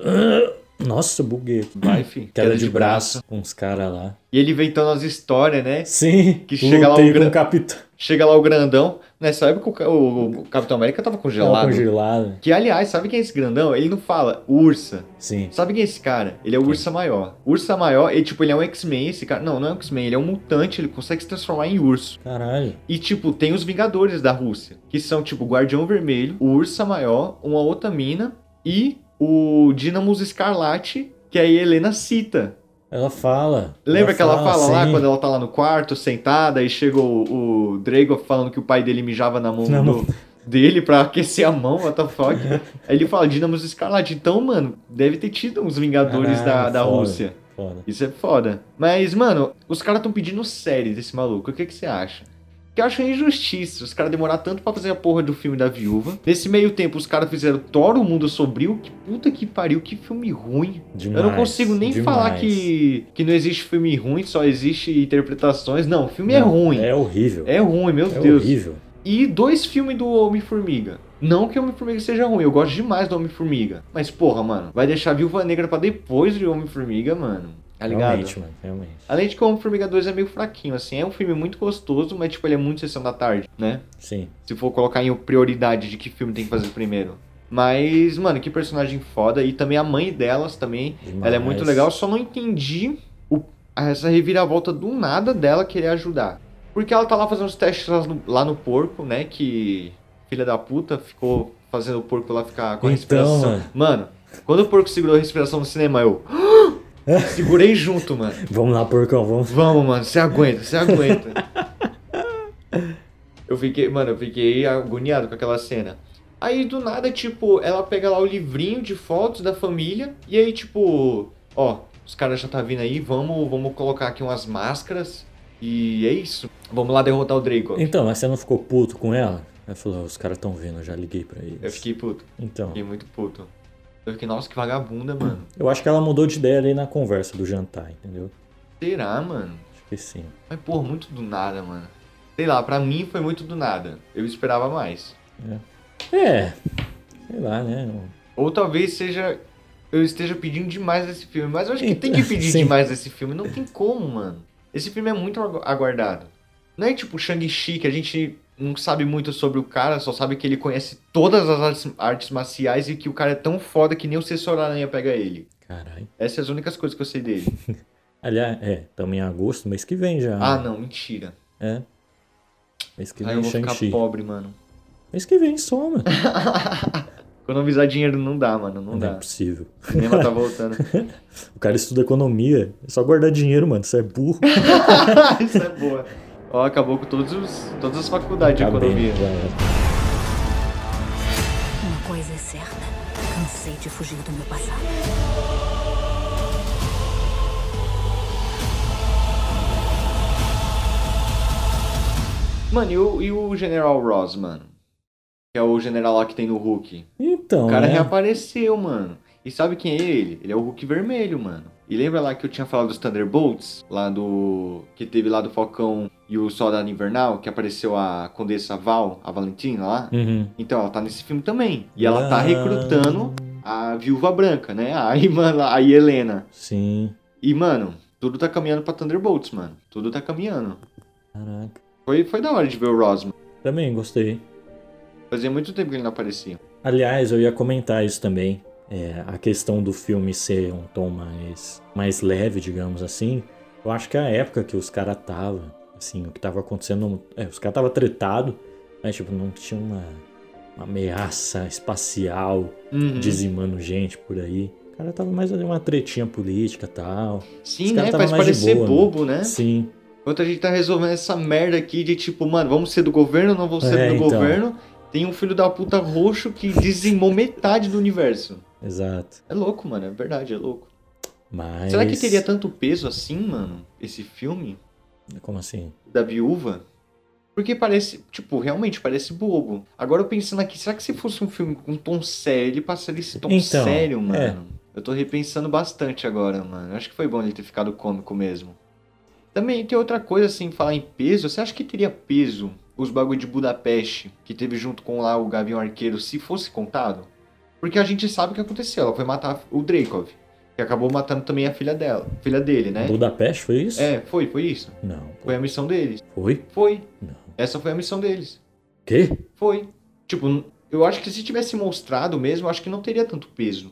[SPEAKER 1] Nossa, buguei.
[SPEAKER 2] Vai, fi.
[SPEAKER 1] Queda, de, braço. Com os caras lá.
[SPEAKER 2] E ele inventando as histórias, né?
[SPEAKER 1] Sim.
[SPEAKER 2] Que chega lá
[SPEAKER 1] lutei
[SPEAKER 2] o
[SPEAKER 1] com
[SPEAKER 2] gran-
[SPEAKER 1] o capitão.
[SPEAKER 2] Chega lá o grandão. Nessa época o ca- o, o Capitão América tava
[SPEAKER 1] Tava
[SPEAKER 2] congelado.
[SPEAKER 1] congelado.
[SPEAKER 2] que aliás, sabe quem é esse grandão? Ele não fala Ursa.
[SPEAKER 1] Sim.
[SPEAKER 2] Sabe quem é esse cara? Ele é o Ursa Maior. Ursa Maior, ele, tipo, ele é um X-Men, esse cara. Não, não é um X-Men, ele é um mutante, ele consegue se transformar em urso.
[SPEAKER 1] Caralho.
[SPEAKER 2] E, tipo, tem os Vingadores da Rússia, que são, tipo, o Guardião Vermelho, o Ursa Maior, uma outra mina e o Dinamus Escarlate, que aí a Helena cita.
[SPEAKER 1] Ela fala.
[SPEAKER 2] Lembra que ela fala lá
[SPEAKER 1] sim.
[SPEAKER 2] quando ela tá lá no quarto, sentada, e chega o, o Drago falando que o pai dele mijava na mão
[SPEAKER 1] Na
[SPEAKER 2] do-
[SPEAKER 1] mão. É.
[SPEAKER 2] dele pra aquecer a mão, what the fuck? Aí ele fala, Dinamos Escarlate. Então, mano, deve ter tido uns Vingadores da,
[SPEAKER 1] Caralho,
[SPEAKER 2] da
[SPEAKER 1] foda.
[SPEAKER 2] Rússia.
[SPEAKER 1] Foda.
[SPEAKER 2] Isso é foda. Mas, mano, os caras tão pedindo série desse maluco. O que, que você acha? Que eu acho injustiça os caras demorar tanto pra fazer a porra do filme da viúva. Nesse meio tempo, os caras fizeram Thor, o mundo sombrio. Que puta que pariu, que filme ruim.
[SPEAKER 1] Demais,
[SPEAKER 2] Eu não consigo nem
[SPEAKER 1] demais.
[SPEAKER 2] falar que, que não existe filme ruim, só existe interpretações. Não, o filme é
[SPEAKER 1] Não,
[SPEAKER 2] ruim. É,
[SPEAKER 1] É horrível.
[SPEAKER 2] ruim, meu
[SPEAKER 1] É
[SPEAKER 2] Deus.
[SPEAKER 1] horrível.
[SPEAKER 2] E dois filmes do Homem-Formiga. Não que o Homem-Formiga seja ruim, eu gosto demais do Homem-Formiga. Mas porra, mano, vai deixar a Viúva Negra pra depois do Homem-Formiga, mano. Tá ligado?
[SPEAKER 1] Realmente, mano. Realmente.
[SPEAKER 2] Além de que o Homem-Formiga 2 é meio fraquinho, assim. É um filme muito gostoso, mas tipo, ele é muito Sessão da Tarde, né?
[SPEAKER 1] Sim.
[SPEAKER 2] Se for colocar em prioridade de que filme tem que fazer primeiro. Mas, mano, que personagem foda. E também a mãe delas também. Ela é muito
[SPEAKER 1] Demais.
[SPEAKER 2] legal. Só não entendi o- essa reviravolta do nada dela querer ajudar. Porque ela tá lá fazendo os testes lá no, lá no porco, né? Que filha da puta ficou fazendo o porco lá ficar com
[SPEAKER 1] Então,
[SPEAKER 2] a respiração.
[SPEAKER 1] mano.
[SPEAKER 2] mano, quando o porco segurou a respiração no cinema, eu... Segurei junto, mano.
[SPEAKER 1] Vamos lá, porcão. Vamos.
[SPEAKER 2] Vamos, mano, você aguenta, você aguenta. Eu fiquei, mano, eu fiquei agoniado com aquela cena. Aí do nada, tipo, ela pega lá o livrinho de fotos da família e aí, tipo, ó, os caras já tá vindo aí, vamos, vamos colocar aqui umas máscaras e é isso. Vamos lá derrotar o Draco.
[SPEAKER 1] Então, mas você não ficou puto com ela? Ela falou, os caras estão vindo, eu já liguei pra eles.
[SPEAKER 2] Eu fiquei puto,
[SPEAKER 1] Então,
[SPEAKER 2] fiquei muito puto. Eu fiquei, nossa, que vagabunda, mano.
[SPEAKER 1] eu acho que ela mudou de ideia ali na conversa do jantar, entendeu?
[SPEAKER 2] Será, mano?
[SPEAKER 1] Acho que sim.
[SPEAKER 2] Mas, porra, muito do nada, mano. Sei lá, pra mim foi muito do nada. Eu esperava mais.
[SPEAKER 1] É, sei lá, né?
[SPEAKER 2] Ou talvez seja. Eu esteja pedindo demais desse filme. Mas eu acho que tem que pedir
[SPEAKER 1] Então, Sim.
[SPEAKER 2] demais desse filme. Não tem como, mano. Esse filme é muito agu- aguardado. Não é tipo Shang-Chi, que a gente não sabe muito sobre o cara, só sabe que ele conhece todas as artes, artes marciais e que o cara é tão foda que nem o Sessor Aranha pega ele.
[SPEAKER 1] Caralho.
[SPEAKER 2] Essas são as únicas coisas que eu sei dele.
[SPEAKER 1] Aliás, é, estamos em agosto, mês que vem já.
[SPEAKER 2] Ah, não, mentira.
[SPEAKER 1] É. Mês que
[SPEAKER 2] Aí
[SPEAKER 1] vem,
[SPEAKER 2] eu vou ficar
[SPEAKER 1] Shang-Chi.
[SPEAKER 2] pobre, mano.
[SPEAKER 1] Mês que vem, soma.
[SPEAKER 2] Economizar dinheiro não dá, mano. Não,
[SPEAKER 1] Não, é
[SPEAKER 2] dá.
[SPEAKER 1] possível.
[SPEAKER 2] O cinema tá voltando.
[SPEAKER 1] O cara estuda economia, é só guardar dinheiro, mano. Isso é burro.
[SPEAKER 2] Isso é boa. Ó, acabou com todos os, todas as faculdades de economia.
[SPEAKER 1] já era.
[SPEAKER 3] Uma coisa é certa. Cansei de fugir do meu passado.
[SPEAKER 2] Mano, e o, e o General Ross, mano? Que é o general lá que tem no Hulk.
[SPEAKER 1] Então,
[SPEAKER 2] O cara é
[SPEAKER 1] né?
[SPEAKER 2] reapareceu, mano. E sabe quem é ele? Ele é o Hulk vermelho, mano. E lembra lá que eu tinha falado dos Thunderbolts? Lá do. Que teve lá do Falcão e o Soldado Invernal, que apareceu a Condessa Val, a Valentina lá?
[SPEAKER 1] Uhum.
[SPEAKER 2] Então, ela tá nesse filme também. E ela tá
[SPEAKER 1] Ah.
[SPEAKER 2] recrutando a Viúva Branca, né? A irmã lá, a Helena.
[SPEAKER 1] Sim.
[SPEAKER 2] E, mano, tudo tá caminhando pra Thunderbolts, mano. Tudo tá caminhando.
[SPEAKER 1] Caraca.
[SPEAKER 2] Foi, foi da hora de ver o Ross, mano.
[SPEAKER 1] Também gostei.
[SPEAKER 2] Fazia muito tempo que ele não aparecia.
[SPEAKER 1] Aliás, eu ia comentar isso também. É, a questão do filme ser um tom mais, mais leve, digamos assim. Eu acho que a época que os caras tava, assim, o que tava acontecendo. é, os caras tava tretado, mas tipo, não tinha uma, uma ameaça espacial
[SPEAKER 2] Uhum.
[SPEAKER 1] dizimando gente por aí. O cara tava mais ali uma tretinha política e tal.
[SPEAKER 2] Sim,
[SPEAKER 1] Os
[SPEAKER 2] né?
[SPEAKER 1] caras
[SPEAKER 2] Faz
[SPEAKER 1] tavam mais de
[SPEAKER 2] parecer
[SPEAKER 1] boa,
[SPEAKER 2] bobo, né?
[SPEAKER 1] Sim.
[SPEAKER 2] Enquanto a gente tá resolvendo essa merda aqui de tipo, mano, vamos ser do governo, não vamos ser
[SPEAKER 1] É,
[SPEAKER 2] do
[SPEAKER 1] então.
[SPEAKER 2] governo. Tem um filho da puta roxo que dizimou metade do universo.
[SPEAKER 1] Exato.
[SPEAKER 2] É louco, mano, é verdade, é louco.
[SPEAKER 1] Mas.
[SPEAKER 2] Será que teria tanto peso assim, mano, esse filme
[SPEAKER 1] Como assim?
[SPEAKER 2] da viúva? Porque parece, tipo, realmente parece bobo. Agora eu pensando aqui, será que se fosse um filme com tom sério, ele passaria esse tom
[SPEAKER 1] Então,
[SPEAKER 2] sério,
[SPEAKER 1] é.
[SPEAKER 2] mano? Eu tô repensando bastante agora, mano. Acho que foi bom ele ter ficado cômico mesmo. Também tem outra coisa, assim, falar em peso. Você acha que teria peso os bagulho de Budapeste que teve junto com lá o Gavião Arqueiro, se fosse contado? Porque a gente sabe o que aconteceu. Ela foi matar o Dreykov, que acabou matando também a filha dela, filha dele, né?
[SPEAKER 1] Budapeste foi isso?
[SPEAKER 2] É, foi, foi isso.
[SPEAKER 1] Não.
[SPEAKER 2] Foi a missão deles.
[SPEAKER 1] Foi?
[SPEAKER 2] Foi.
[SPEAKER 1] Não.
[SPEAKER 2] Essa foi a missão deles.
[SPEAKER 1] Quê?
[SPEAKER 2] Foi. Tipo, n- eu acho que se tivesse mostrado mesmo, eu acho que não teria tanto peso.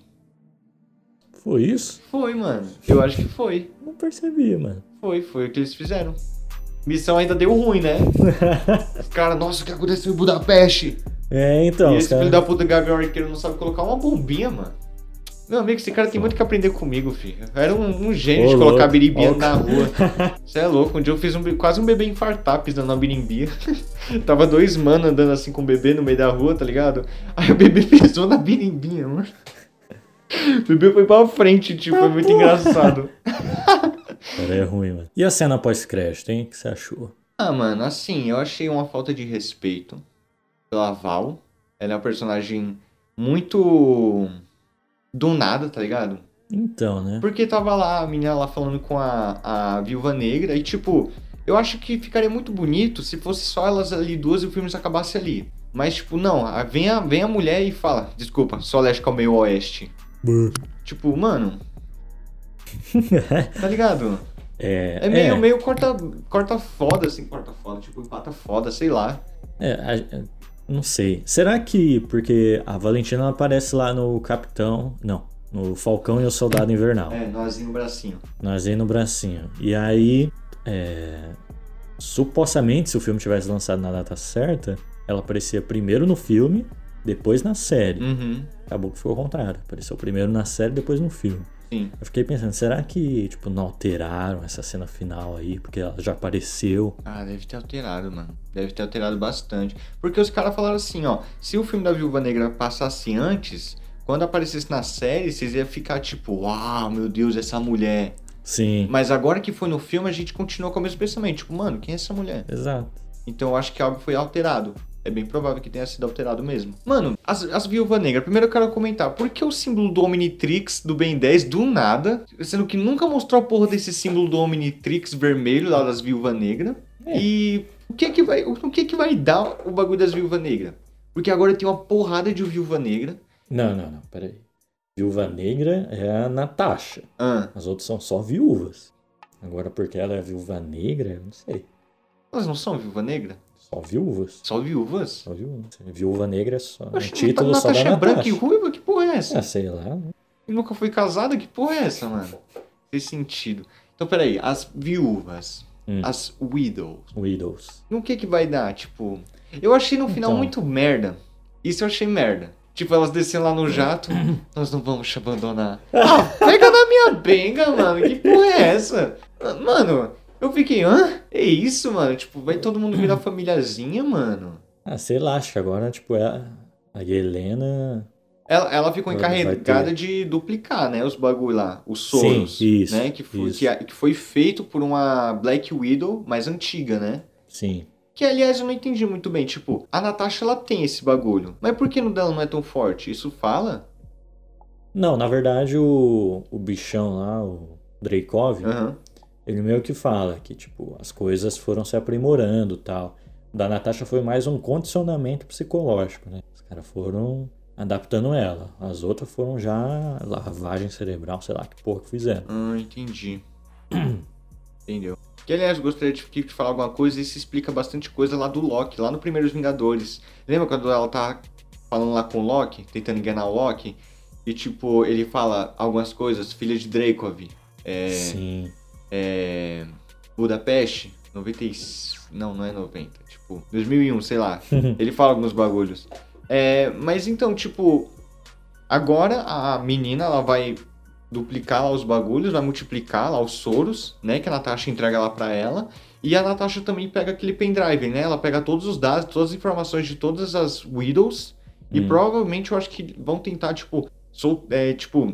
[SPEAKER 1] Foi isso?
[SPEAKER 2] Foi, mano. Eu acho que foi.
[SPEAKER 1] Não percebi, mano.
[SPEAKER 2] Foi, foi o que eles fizeram. Missão ainda deu ruim, né? Os caras, nossa, o que aconteceu em Budapeste?
[SPEAKER 1] É, então.
[SPEAKER 2] e
[SPEAKER 1] os
[SPEAKER 2] esse filho
[SPEAKER 1] caras-
[SPEAKER 2] da puta Gabriel Arqueiro não sabe colocar uma bombinha, mano. Meu amigo, esse cara tem muito que aprender comigo, filho. Eu era um, um gênio
[SPEAKER 1] Ô,
[SPEAKER 2] de colocar
[SPEAKER 1] louco.
[SPEAKER 2] birimbinha
[SPEAKER 1] Ó,
[SPEAKER 2] na rua. Você é louco, um dia eu fiz um be- quase um bebê infartar pisando na birimbinha. Tava dois mano andando assim com o bebê no meio da rua, tá ligado? Aí o bebê pisou na birimbinha, mano. O bebê foi pra frente, tipo, foi
[SPEAKER 1] Tá
[SPEAKER 2] muito engraçado.
[SPEAKER 1] Cara, é ruim, mano. E a cena pós-crédito, hein? O que você achou?
[SPEAKER 2] Ah, mano, assim, eu achei uma falta de respeito pela Val. Ela é um personagem muito do nada, tá ligado?
[SPEAKER 1] Então, né?
[SPEAKER 2] Porque tava lá a menina lá falando com a, a Viúva Negra e, tipo, eu acho que ficaria muito bonito se fosse só elas ali duas e o filme acabasse ali. Mas, tipo, não, a- vem a, vem a mulher e fala, desculpa, só leste que é o meio oeste. Tipo, mano, tá ligado?
[SPEAKER 1] É,
[SPEAKER 2] É meio,
[SPEAKER 1] é,
[SPEAKER 2] meio corta, corta foda, assim, corta foda, tipo, empata foda, sei lá.
[SPEAKER 1] é, a- é, não sei. Será que porque a Valentina ela aparece lá no Capitão. Não. No Falcão e o Soldado Invernal.
[SPEAKER 2] É, nozinho no bracinho.
[SPEAKER 1] Nós aí no bracinho. E aí. é, supostamente, se o filme tivesse lançado na data certa, ela aparecia primeiro no filme, depois na série.
[SPEAKER 2] Uhum.
[SPEAKER 1] Acabou que foi o contrário. Apareceu primeiro na série, depois no filme.
[SPEAKER 2] Sim.
[SPEAKER 1] Eu fiquei pensando, será que, tipo, não alteraram essa cena final aí? Porque ela já apareceu.
[SPEAKER 2] Ah, deve ter alterado, mano. Deve ter alterado bastante. Porque os caras falaram assim, ó. Se o filme da Viúva Negra passasse antes, quando aparecesse na série, vocês iam ficar tipo, uau, meu Deus, essa mulher.
[SPEAKER 1] Sim.
[SPEAKER 2] Mas agora que foi no filme, a gente continua com o mesmo pensamento. Tipo, mano, quem é essa mulher?
[SPEAKER 1] Exato.
[SPEAKER 2] Então eu acho que algo foi alterado. É bem provável que tenha sido alterado mesmo. Mano, as, as Viúva Negra, primeiro eu quero comentar, por que o símbolo do Omnitrix do Ben 10 do nada? Sendo que nunca mostrou a porra desse símbolo do Omnitrix vermelho lá das Viúva Negra. E o que é que vai, o, o que é que vai dar o bagulho das Viúva Negra? Porque agora tem uma porrada de Viúva Negra.
[SPEAKER 1] Não, não, não, peraí. Viúva Negra é a Natasha.
[SPEAKER 2] Ah,
[SPEAKER 1] As outras são só viúvas. Agora, porque ela é viúva negra, eu não sei.
[SPEAKER 2] elas não são Viúva Negra?
[SPEAKER 1] Só viúvas.
[SPEAKER 2] Só viúvas?
[SPEAKER 1] Só viúvas. Viúva negra é só. É
[SPEAKER 2] Oxe,
[SPEAKER 1] título
[SPEAKER 2] Nat-
[SPEAKER 1] só da
[SPEAKER 2] Natasha é
[SPEAKER 1] Natasha.
[SPEAKER 2] branca e ruiva? Que porra é essa?
[SPEAKER 1] Ah, sei lá. né?
[SPEAKER 2] E nunca foi casada? Que porra é essa, mano? Tem sentido. Então, peraí, as viúvas,
[SPEAKER 1] Hum.
[SPEAKER 2] as widows,
[SPEAKER 1] Widows.
[SPEAKER 2] no que que vai dar? Tipo, eu achei no final
[SPEAKER 1] Então.
[SPEAKER 2] muito merda. Isso eu achei merda. Tipo, elas descendo lá no jato, nós não vamos te abandonar. Ah, pega na minha benga, mano, que porra é essa? Mano, eu fiquei, hã? É isso, mano? Tipo, vai todo mundo virar famíliazinha, mano?
[SPEAKER 1] Ah, sei lá, acho que agora, tipo, ela. A Helena.
[SPEAKER 2] Ela, ela ficou
[SPEAKER 1] Vai- vai
[SPEAKER 2] encarregada
[SPEAKER 1] ter.
[SPEAKER 2] de duplicar, né, os bagulho lá, os soros,
[SPEAKER 1] Sim, isso,
[SPEAKER 2] né, que foi,
[SPEAKER 1] isso.
[SPEAKER 2] que a- que foi feito por uma Black Widow mais antiga, né?
[SPEAKER 1] Sim.
[SPEAKER 2] Que, aliás, eu não entendi muito bem, tipo, a Natasha, ela tem esse bagulho, mas por que no dela não é tão forte? Isso fala?
[SPEAKER 1] Não, na verdade, o, o bichão lá, o Dreykov,
[SPEAKER 2] Aham,
[SPEAKER 1] ele meio que fala que, tipo, as coisas foram se aprimorando e tal. O Da Natasha foi mais um condicionamento psicológico, né? Os caras foram adaptando ela. As outras foram já lavagem cerebral, sei lá que porra que fizeram.
[SPEAKER 2] ah, entendi. Entendeu. Que, aliás, gostaria de, de falar alguma coisa, isso explica bastante coisa lá do Loki, lá no Primeiros Vingadores. Lembra quando ela tá falando lá com o Loki, tentando enganar o Loki? E, tipo, ele fala algumas coisas, filha de Dracov, é,
[SPEAKER 1] Sim.
[SPEAKER 2] é, Budapeste, 90 e- não, não é 90, tipo, 2001, sei lá. Ele fala alguns bagulhos. É, mas então, tipo, agora a menina, ela vai duplicar lá os bagulhos, vai multiplicar lá os soros, né, que a Natasha entrega lá pra ela. E a Natasha também pega aquele pendrive, né? Ela pega todos os dados, todas as informações de todas as Widows. E
[SPEAKER 1] Hum.
[SPEAKER 2] provavelmente eu acho que vão tentar, tipo, sol- é, tipo,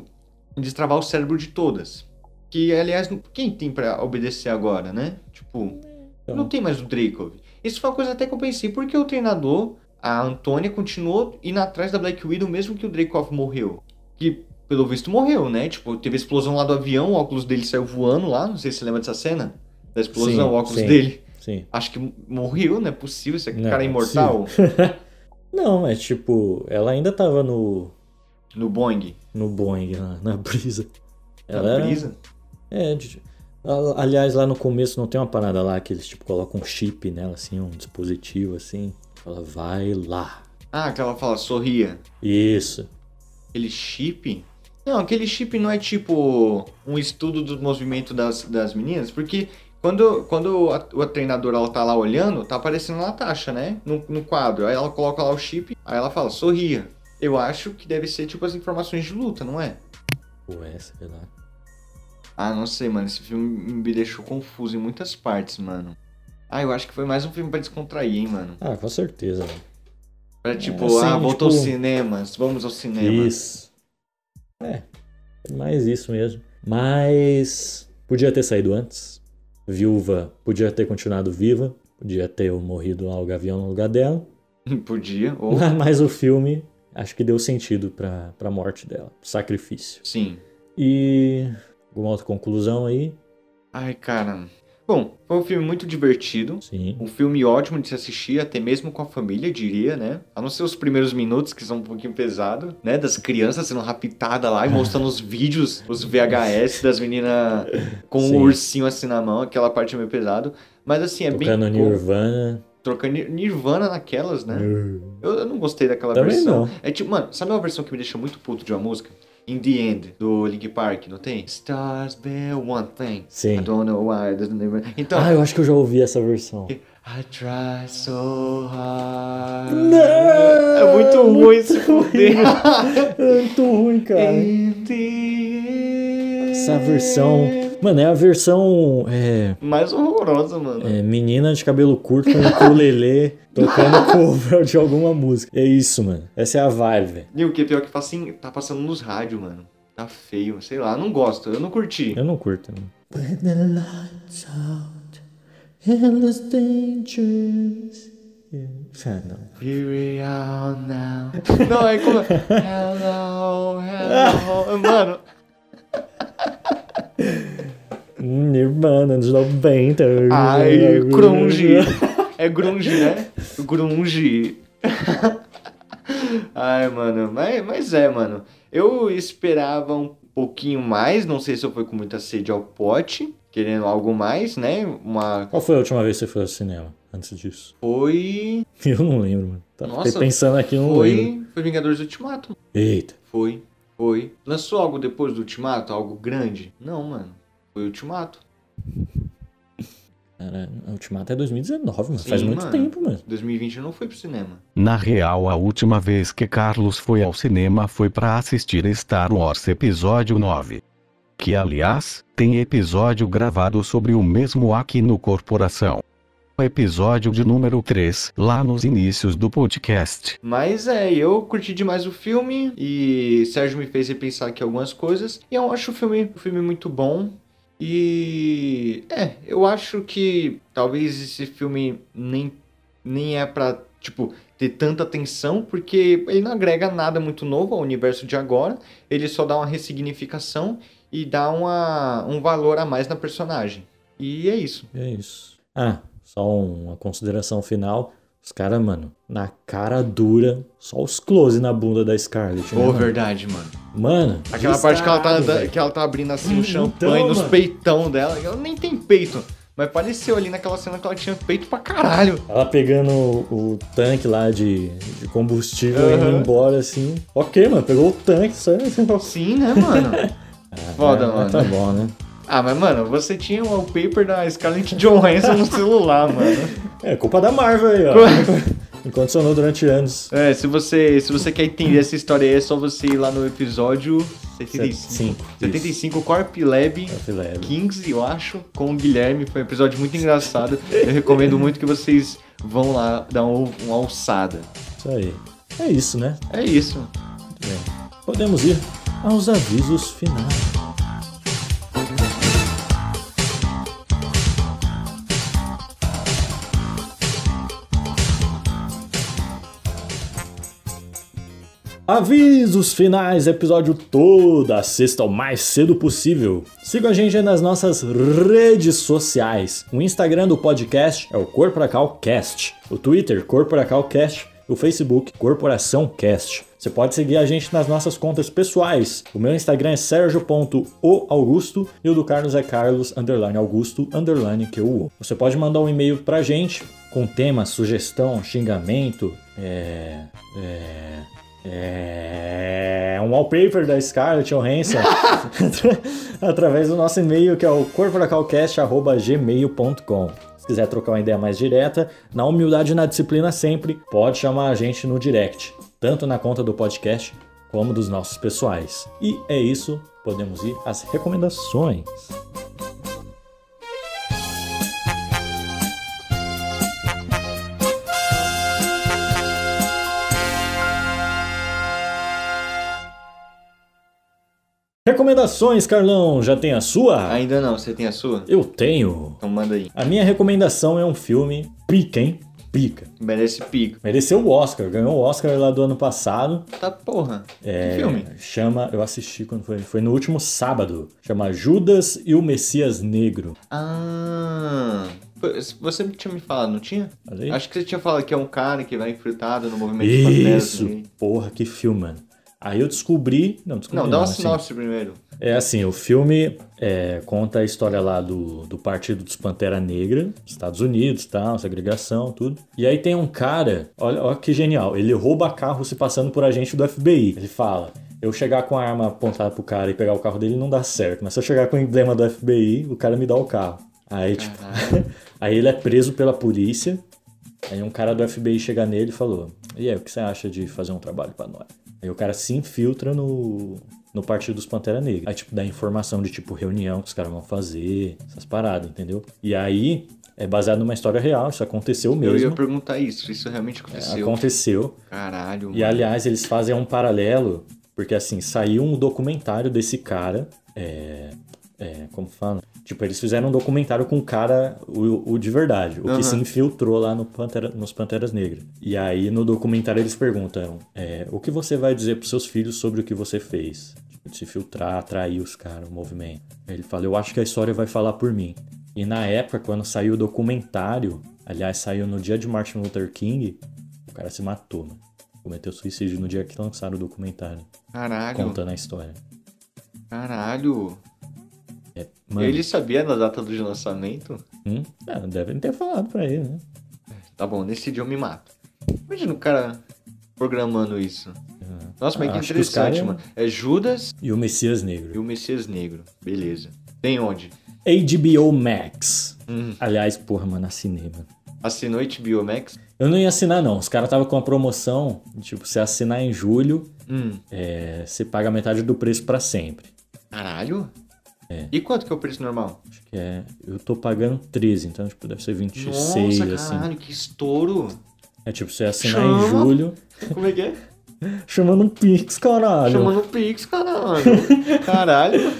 [SPEAKER 2] destravar o cérebro de todas. Que, aliás, não- quem tem pra obedecer agora, né? Tipo,
[SPEAKER 1] Então.
[SPEAKER 2] não tem mais o Dracov. Isso foi uma coisa até que eu pensei, porque o treinador, a Antônia, continuou indo atrás da Black Widow mesmo que o Dracov morreu. Que, pelo visto, morreu, né? Tipo, teve a explosão lá do avião, o óculos dele saiu voando lá, não sei se você lembra dessa cena. Da explosão,
[SPEAKER 1] Sim,
[SPEAKER 2] o óculos
[SPEAKER 1] sim.
[SPEAKER 2] dele.
[SPEAKER 1] Sim.
[SPEAKER 2] Acho que morreu, não é possível, esse
[SPEAKER 1] Não,
[SPEAKER 2] cara é
[SPEAKER 1] não é
[SPEAKER 2] imortal
[SPEAKER 1] Não, é tipo, ela ainda tava no,
[SPEAKER 2] no Boeing, Tá
[SPEAKER 1] no Boeing, na, na brisa.
[SPEAKER 2] na
[SPEAKER 1] Ela era-
[SPEAKER 2] brisa.
[SPEAKER 1] É, de- a- aliás, lá no começo não tem uma parada lá que eles tipo colocam um chip nela, assim, um dispositivo assim. Fala, vai lá.
[SPEAKER 2] Ah, aquela fala, sorria.
[SPEAKER 1] Isso.
[SPEAKER 2] Aquele chip? Não, aquele chip não é tipo um estudo do movimento das, das meninas, porque quando, quando a, a treinadora ela tá lá olhando, tá aparecendo a Natasha, né? No, no quadro. Aí ela coloca lá o chip, aí ela fala, sorria. Eu acho que deve ser tipo as informações de luta, não é?
[SPEAKER 1] Pô, essa, sei lá.
[SPEAKER 2] Ah, não sei, mano. Esse filme me deixou confuso em muitas partes, mano. Ah, eu acho que foi mais um filme pra descontrair, hein, mano.
[SPEAKER 1] Ah, com certeza. mano.
[SPEAKER 2] Pra tipo,
[SPEAKER 1] assim,
[SPEAKER 2] ah, voltou aos
[SPEAKER 1] tipo-
[SPEAKER 2] cinemas, vamos ao cinema.
[SPEAKER 1] Isso. É, é mais isso mesmo. Mas podia ter saído antes. Viúva podia ter continuado viva. Podia ter morrido lá o Gavião no lugar dela.
[SPEAKER 2] Podia, ou
[SPEAKER 1] Mas o filme acho que deu sentido pra, pra morte dela. pro Sacrifício.
[SPEAKER 2] sim.
[SPEAKER 1] E alguma outra conclusão aí?
[SPEAKER 2] Ai, cara. Bom, foi um filme muito divertido.
[SPEAKER 1] Sim.
[SPEAKER 2] Um filme ótimo de se assistir, até mesmo com a família, diria, né? A não ser os primeiros minutos, que são um pouquinho pesado, né? Das crianças sendo raptadas lá e mostrando os vídeos, os VHS das meninas com o
[SPEAKER 1] Sim.
[SPEAKER 2] ursinho assim na mão, aquela parte é meio pesado. Mas assim, é
[SPEAKER 1] Tocando
[SPEAKER 2] bem.
[SPEAKER 1] Nirvana.
[SPEAKER 2] Trocando Nir- Nirvana naquelas, né? Eu, eu não gostei daquela
[SPEAKER 1] Também
[SPEAKER 2] versão.
[SPEAKER 1] não.
[SPEAKER 2] É tipo, mano, sabe uma versão que me deixa muito puto de uma música? In the End, do Link Park, não tem? Stars bear one thing.
[SPEAKER 1] Sim.
[SPEAKER 2] I don't know why, doesn't even... Então,
[SPEAKER 1] Ah, eu acho que eu já ouvi essa versão.
[SPEAKER 2] I try so hard.
[SPEAKER 1] Não!
[SPEAKER 2] É muito ruim esse
[SPEAKER 1] Muito
[SPEAKER 2] poder.
[SPEAKER 1] É muito ruim, cara.
[SPEAKER 2] In the
[SPEAKER 1] Essa versão. Mano, é a versão. É,
[SPEAKER 2] Mais horrorosa, mano.
[SPEAKER 1] é, menina de cabelo curto no ukulele tocando cover de alguma música. É isso, mano. Essa é a vibe, velho.
[SPEAKER 2] E o que é pior que passa em- tá passando nos rádios, mano. Tá feio, sei lá, não gosto, eu não curti.
[SPEAKER 1] Eu não curto, né? mano. Ah, não.
[SPEAKER 2] Here we are now. Não, é como. Hello, hello. Mano,
[SPEAKER 1] Nirvana, anos 90.
[SPEAKER 2] ai, grunge. É grunge, né? Grunge. Ai, mano, mas, mas é, mano. Eu esperava um pouquinho mais, não sei se eu fui com muita sede ao pote, querendo algo mais, né? Uma.
[SPEAKER 1] Qual foi a última vez que você foi ao cinema? Antes disso.
[SPEAKER 2] Foi.
[SPEAKER 1] Eu não lembro, mano. Tá,
[SPEAKER 2] Nossa,
[SPEAKER 1] fiquei pensando aqui, eu não lembro.
[SPEAKER 2] Foi. Foi Vingadores Ultimato.
[SPEAKER 1] Eita.
[SPEAKER 2] Foi, foi. Lançou algo depois do Ultimato? Algo grande? Não, mano. Foi o Ultimato.
[SPEAKER 1] Cara, Ultimato é 2019, mano. Faz
[SPEAKER 2] Sim,
[SPEAKER 1] muito
[SPEAKER 2] mano.
[SPEAKER 1] tempo, mano.
[SPEAKER 2] 2020 eu não fui pro cinema.
[SPEAKER 8] Na real, a última vez que Carlos foi ao cinema foi pra assistir Star Wars Episódio 9. Que, aliás, tem episódio gravado sobre o mesmo aqui no Corporação. Episódio de número 3, lá nos inícios do podcast.
[SPEAKER 2] Mas é, eu curti demais o filme e Sérgio me fez repensar aqui algumas coisas. E eu acho o filme, o filme muito bom. E é, eu acho que talvez esse filme nem, nem é pra, tipo, ter tanta atenção, porque ele não agrega nada muito novo ao universo de agora. Ele só dá uma ressignificação e dá uma, um valor a mais na personagem. E é isso.
[SPEAKER 1] É isso. Ah, só uma consideração final. Os caras, mano, na cara dura, só os close na bunda da Scarlett. Né,
[SPEAKER 2] Pô,
[SPEAKER 1] mano?
[SPEAKER 2] verdade, mano.
[SPEAKER 1] mano,
[SPEAKER 2] Aquela parte que ela, tá,
[SPEAKER 1] descarado,
[SPEAKER 2] anda-
[SPEAKER 1] velho.
[SPEAKER 2] que ela tá abrindo assim
[SPEAKER 1] Hum,
[SPEAKER 2] o champanhe
[SPEAKER 1] então,
[SPEAKER 2] nos
[SPEAKER 1] mano.
[SPEAKER 2] peitão dela. Ela nem tem peito. Mas pareceu ali naquela cena que ela tinha peito pra caralho.
[SPEAKER 1] Ela pegando o, o tanque lá de, de combustível e indo
[SPEAKER 2] Aham.
[SPEAKER 1] embora assim. Ok, mano, pegou o tanque, sério.
[SPEAKER 2] Sim, né, mano? Foda,
[SPEAKER 1] Ah,
[SPEAKER 2] mano.
[SPEAKER 1] Tá bom, né?
[SPEAKER 2] Ah, mas, mano, você tinha o wallpaper da Scarlett Johansson no celular, mano.
[SPEAKER 1] É culpa da Marvel aí, ó. Me condicionou durante anos.
[SPEAKER 2] É, se você, se você quer entender essa história aí, é só você ir lá no episódio 75.
[SPEAKER 1] Cinco, isso.
[SPEAKER 2] 75, Corp Lab.
[SPEAKER 1] F leve.
[SPEAKER 2] 15, eu acho, com o Guilherme. Foi um episódio muito engraçado. Eu recomendo muito que vocês vão lá dar um- uma alçada.
[SPEAKER 1] Isso aí. É isso, né? É.
[SPEAKER 2] É isso.
[SPEAKER 1] Podemos ir aos avisos finais. Avisos finais, episódio todo. Assista o mais cedo possível. Siga a gente nas nossas redes sociais. O Instagram do podcast é o CorporacalCast. O Twitter, CorporacalCast. O Facebook, CorporaçãoCast. Você pode seguir a gente nas nossas contas pessoais. O meu Instagram é sergio.oaugusto e o do Carlos é carlos, underline, augusto, underline, que eu Você pode mandar um e-mail pra gente com tema, sugestão, xingamento, é... é... É um wallpaper da Scarlett Johansson atra- através do nosso e-mail que é o corporacalcast.gmail.com. Se quiser trocar uma ideia mais direta, na humildade e na disciplina sempre, pode chamar a gente no direct, tanto na conta do podcast como dos nossos pessoais. E é isso, podemos ir às recomendações. Recomendações, Carlão, já tem a sua?
[SPEAKER 2] Ainda não, você tem a sua?
[SPEAKER 1] Eu tenho.
[SPEAKER 2] Então manda aí.
[SPEAKER 1] A minha recomendação é um filme pica, hein? Pica.
[SPEAKER 2] Merece pico.
[SPEAKER 1] Mereceu o Oscar, ganhou o Oscar lá do ano passado.
[SPEAKER 2] Tá porra.
[SPEAKER 1] É.
[SPEAKER 2] Que filme?
[SPEAKER 1] Chama, eu assisti quando foi, foi no último sábado. Chama Judas e o Messias Negro.
[SPEAKER 2] Ah. foi- Você tinha me falado, não tinha?
[SPEAKER 1] Falei?
[SPEAKER 2] Acho que você tinha falado que é um cara que vai enfrentado no movimento
[SPEAKER 1] Isso!
[SPEAKER 2] de
[SPEAKER 1] Porra, que filme, mano. Aí eu descobri. Não, descobri.
[SPEAKER 2] Não, dá uma
[SPEAKER 1] assim.
[SPEAKER 2] sinopse primeiro.
[SPEAKER 1] É assim, o filme é, conta a história lá do, do Partido dos Pantera Negra, Estados Unidos, tal, segregação, tudo. E aí tem um cara, olha, olha que genial, ele rouba carro se passando por agente do FBI. Ele fala, eu chegar com a arma apontada pro cara e pegar o carro dele não dá certo, mas se eu chegar com o emblema do FBI, o cara me dá o carro. Aí, tipo, aí ele é preso pela polícia, Aí um cara do FBI chega nele e falou: E aí, o que você acha de fazer um trabalho pra nós? Aí o cara se infiltra no, no Partido dos Pantera Negra. Aí, tipo, dá informação de, tipo, reunião que os caras vão fazer, essas paradas, entendeu? E aí, é baseado numa história real, isso aconteceu
[SPEAKER 2] Eu ia
[SPEAKER 1] é mesmo.
[SPEAKER 2] perguntar isso, isso realmente aconteceu.
[SPEAKER 1] Aconteceu.
[SPEAKER 2] Caralho, mano.
[SPEAKER 1] E aliás, eles fazem um paralelo, porque assim, saiu um documentário desse cara. É. é, como fala? Tipo, eles fizeram um documentário com o cara, o, o de verdade, o
[SPEAKER 2] Aham.
[SPEAKER 1] que se infiltrou lá no Pantera- nos Panteras Negras. E aí no documentário eles perguntam: é, o que você vai dizer pros seus filhos sobre o que você fez? Tipo, de se filtrar, atrair os caras, o movimento. Aí Ele fala: eu acho que a história vai falar por mim. E na época, quando saiu o documentário, aliás, saiu no dia de Martin Luther King, o cara se matou, né? Cometeu suicídio no dia que lançaram o documentário,
[SPEAKER 2] Caralho,
[SPEAKER 1] contando a história.
[SPEAKER 2] caralho.
[SPEAKER 1] É, mano,
[SPEAKER 2] Ele sabia da data do lançamento?
[SPEAKER 1] hum, ah, devem ter falado pra ele, né?
[SPEAKER 2] Tá bom, nesse dia eu me mato. Imagina o cara programando isso. Nossa, mas que
[SPEAKER 1] É. Acho que os
[SPEAKER 2] interessante,
[SPEAKER 1] cara-
[SPEAKER 2] mano. É Judas
[SPEAKER 1] E o Messias
[SPEAKER 2] e
[SPEAKER 1] Negro.
[SPEAKER 2] o Messias Negro. Beleza. Tem onde?
[SPEAKER 1] HBO Max.
[SPEAKER 2] Hum.
[SPEAKER 1] Aliás, porra, mano, assinei, mano.
[SPEAKER 2] Assinou HBO Max?
[SPEAKER 1] Eu não ia assinar, não. Os caras estavam com uma promoção, tipo, se assinar em julho,
[SPEAKER 2] Hum.
[SPEAKER 1] é, você paga metade do preço pra sempre.
[SPEAKER 2] Caralho. E quanto que é o preço normal?
[SPEAKER 1] Acho que é. Eu tô pagando 13, então, tipo, deve ser 26,
[SPEAKER 2] Nossa,
[SPEAKER 1] assim.
[SPEAKER 2] caralho, que estouro.
[SPEAKER 1] É tipo, você assinar
[SPEAKER 2] Chama.
[SPEAKER 1] em julho,
[SPEAKER 2] Como é que é?
[SPEAKER 1] chamando um Pix, caralho.
[SPEAKER 2] Chamando o Pix, caralho. Caralho.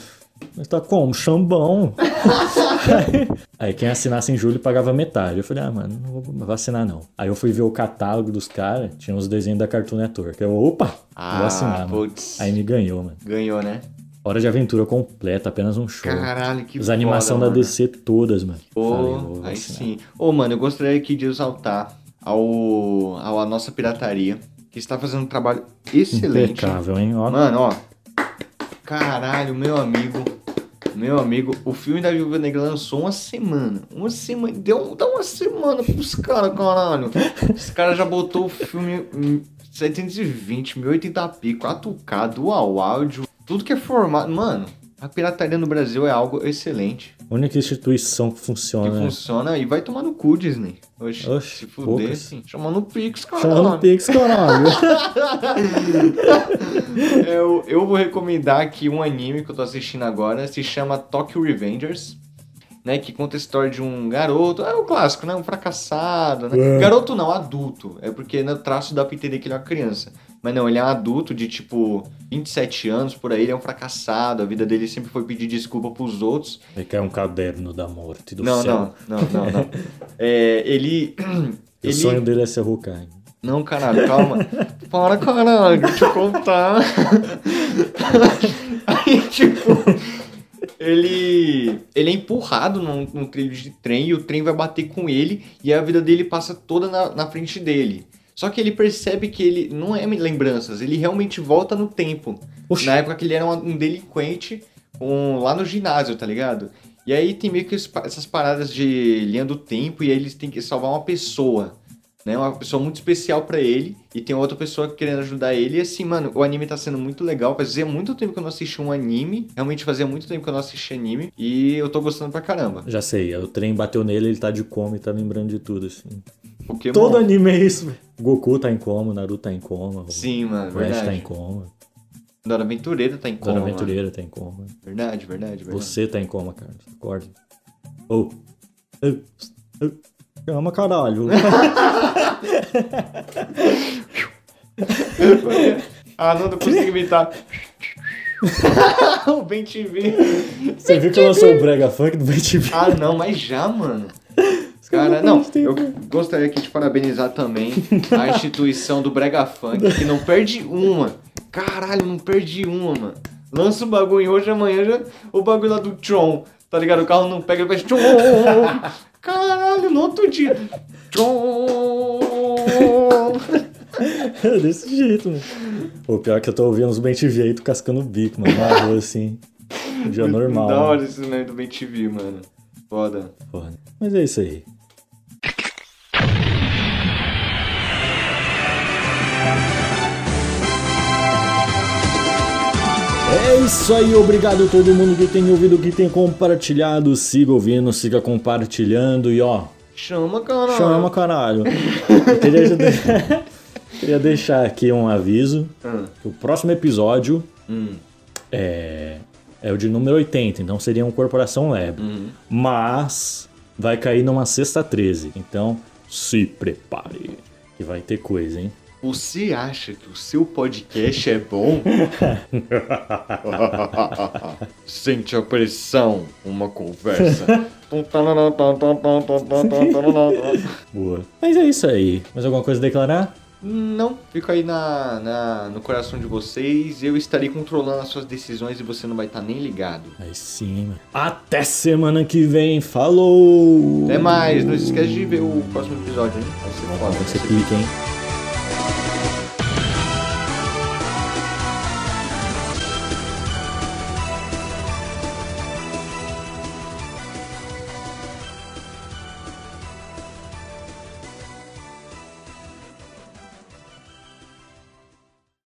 [SPEAKER 1] Mas tá como? Chambão. aí quem assinasse em julho pagava metade. Eu falei, ah, mano, não vou, não vou assinar não. Aí eu fui ver o catálogo dos caras, tinha uns desenhos da Cartoon Network. Eu, opa, vou
[SPEAKER 2] Ah,
[SPEAKER 1] assinar, mano.
[SPEAKER 2] putz.
[SPEAKER 1] Aí me ganhou, mano.
[SPEAKER 2] Ganhou, né?
[SPEAKER 1] Hora de aventura completa, apenas um show.
[SPEAKER 2] Caralho, que
[SPEAKER 1] As animações
[SPEAKER 2] foda,
[SPEAKER 1] da
[SPEAKER 2] mano.
[SPEAKER 1] DC todas, mano. Falei,
[SPEAKER 2] Ô,
[SPEAKER 1] vou- vou
[SPEAKER 2] aí
[SPEAKER 1] assinar.
[SPEAKER 2] sim. Ô, mano, eu gostaria aqui de exaltar ao, ao a nossa pirataria, que está fazendo um trabalho excelente.
[SPEAKER 1] Impecável, hein? Ó,
[SPEAKER 2] Mano, ó. Caralho, meu amigo. Meu amigo, o filme da Viúva Negra lançou uma semana. Uma semana. Deu dá uma semana pros caras, caralho. Os caras já botou o filme em 720, 1080p, 4K, dual áudio, tudo que é formato. Mano, a pirataria no Brasil é algo excelente.
[SPEAKER 1] única instituição que
[SPEAKER 2] Que
[SPEAKER 1] funciona. né?
[SPEAKER 2] funciona e vai tomar no cu, Disney. Oxe,
[SPEAKER 1] Oxe,
[SPEAKER 2] se fuder,
[SPEAKER 1] poucas.
[SPEAKER 2] sim. Chamando o Pix, cara.
[SPEAKER 1] Chamando Pix, caralho.
[SPEAKER 2] eu, eu vou recomendar aqui um anime que eu tô assistindo agora, se chama Tokyo Revengers, né? Que conta a história de um garoto, é o clássico, né? Um fracassado,
[SPEAKER 1] É.
[SPEAKER 2] né? Garoto não, adulto. É porque no traço dá pra entender que ele é uma criança. Mas não, ele é um adulto de tipo 27 anos, por aí, ele é um fracassado, a vida dele sempre foi pedir desculpa pros outros.
[SPEAKER 1] Ele quer um caderno da morte do
[SPEAKER 2] não,
[SPEAKER 1] céu.
[SPEAKER 2] não, não, não, não. É, ele.
[SPEAKER 1] E O sonho dele é ser Hokage.
[SPEAKER 2] Não, caralho, calma. Para, caralho, deixa eu contar. Aí, tipo, ele, ele é empurrado num, num trilho de trem e o trem vai bater com ele e a vida dele passa toda na, na frente dele. Só que ele percebe que ele não é lembranças, ele realmente volta no tempo.
[SPEAKER 1] Oxi.
[SPEAKER 2] Na época que ele era um, um delinquente um- lá no ginásio, tá ligado? E aí tem meio que es- essas paradas de linha do tempo e aí eles têm que salvar uma pessoa né? Uma pessoa muito especial pra ele e tem outra pessoa querendo ajudar ele. E assim, mano, o anime tá sendo muito legal. Fazia muito tempo que eu não assisti um anime. Realmente fazia muito tempo que eu não assisti anime. E eu tô gostando pra caramba.
[SPEAKER 1] Já sei, o trem bateu nele, ele tá de coma e tá lembrando de tudo, assim.
[SPEAKER 2] Pokémon.
[SPEAKER 1] Todo anime é isso, velho. Goku tá em coma, Naruto tá em coma,
[SPEAKER 2] Sim, mano,
[SPEAKER 1] o Flash tá em
[SPEAKER 2] verdade.
[SPEAKER 1] coma,
[SPEAKER 2] Dora Aventureira tá em
[SPEAKER 1] Dora
[SPEAKER 2] coma. mano.
[SPEAKER 1] Aventureira tá em coma,
[SPEAKER 2] Verdade, verdade, verdade.
[SPEAKER 1] você tá em coma, Carlos, acorda. Ô, Eu- eu- calma, caralho.
[SPEAKER 2] Ah, não, não consigo imitar. o Ben TV.
[SPEAKER 1] Você viu que eu lançou o Brega Funk do BTV?
[SPEAKER 2] Ah, não, mas já, mano. Cara, não, eu gostaria aqui de parabenizar também a instituição do Brega Funk, que não perde uma. Caralho, não perde uma, mano. Lança o bagulho hoje, amanhã já o bagulho lá do Tron, tá ligado? O carro não pega, ele faz Tron. Caralho, no outro dia. Tron.
[SPEAKER 1] É desse jeito, mano. O pior é que eu tô ouvindo os BTV aí, tô cascando o bico, mano, na rua, assim. Um dia normal.
[SPEAKER 2] Da
[SPEAKER 1] né?
[SPEAKER 2] hora esse nome do Ben TV, mano. Foda.
[SPEAKER 1] Porra. Mas é isso aí. É isso aí, obrigado a todo mundo que tem ouvido, que tem compartilhado. Siga ouvindo, siga compartilhando e ó,
[SPEAKER 2] Chama, caralho.
[SPEAKER 1] chama caralho. Eu queria, já de- queria deixar aqui um aviso:
[SPEAKER 2] Hum.
[SPEAKER 1] que o próximo episódio
[SPEAKER 2] Hum.
[SPEAKER 1] é, é o de número 80, então seria um Corporação Lab.
[SPEAKER 2] Uhum.
[SPEAKER 1] Mas vai cair numa sexta 13, então se prepare, que vai ter coisa, hein?
[SPEAKER 2] Você acha que o seu podcast é bom? Sente a pressão, uma conversa.
[SPEAKER 1] Boa. Mas é isso aí. Mais alguma coisa a declarar?
[SPEAKER 2] Não, fica aí na, na- no coração de vocês. Eu estarei controlando as suas decisões e você não vai estar nem ligado.
[SPEAKER 1] Aí sim, mano. Até semana que vem. Falou!
[SPEAKER 2] Até mais, não se esquece de ver o próximo episódio, hein? Vai ser foda, vai
[SPEAKER 1] Você
[SPEAKER 2] ser
[SPEAKER 1] clica, hein?
[SPEAKER 2] Thank